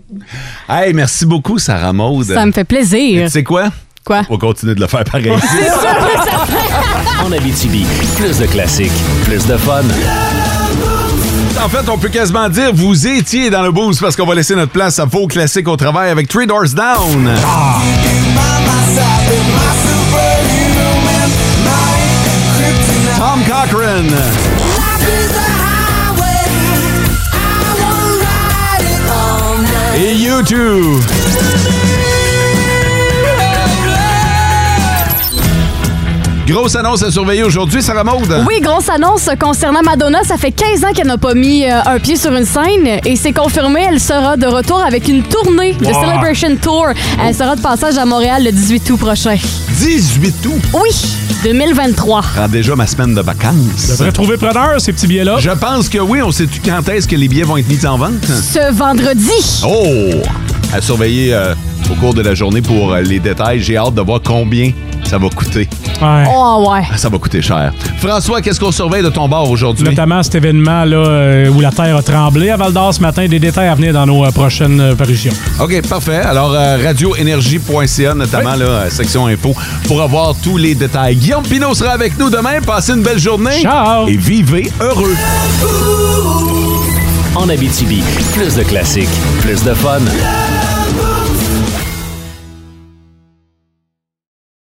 Hey, merci beaucoup, Sarah Maud. Ça me fait Mais plaisir. Tu sais quoi? Quoi? On va continuer de le faire pareil. [laughs] En Abitibi, plus de classiques, plus de fun. En fait, on peut quasiment dire vous étiez dans le boost parce qu'on va laisser notre place à vos classiques au travail avec Three Doors Down. Tom Cochran. Et YouTube. Grosse annonce à surveiller aujourd'hui, Sarah Maud. Oui, grosse annonce concernant Madonna. Ça fait 15 ans qu'elle n'a pas mis euh, un pied sur une scène et c'est confirmé, elle sera de retour avec une tournée de Wow. Celebration Tour. Elle sera de passage à Montréal le 18 août prochain. 18 août. Oui, 2023. Prends déjà ma semaine de vacances. Devrait trouver preneur, ces petits billets-là. Je pense que oui. On sait-tu quand est-ce que les billets vont être mis en vente? Ce vendredi. Oh! À surveiller euh, au cours de la journée pour euh, les détails. J'ai hâte de voir combien ça va coûter. Ah, Oh, ouais. Ça va coûter cher. François, qu'est-ce qu'on surveille de ton bord aujourd'hui? Notamment cet événement-là euh, où la Terre a tremblé à Val d'Or ce matin. Des détails à venir dans nos euh, prochaines euh, parutions. OK, parfait. Alors, euh, radioénergie.ca, notamment, là, euh, section info, pour avoir tous les détails. Guillaume Pinot sera avec nous demain. Passez une belle journée. Ciao! Et vivez heureux. En Abitibi, plus de classiques, plus de fun.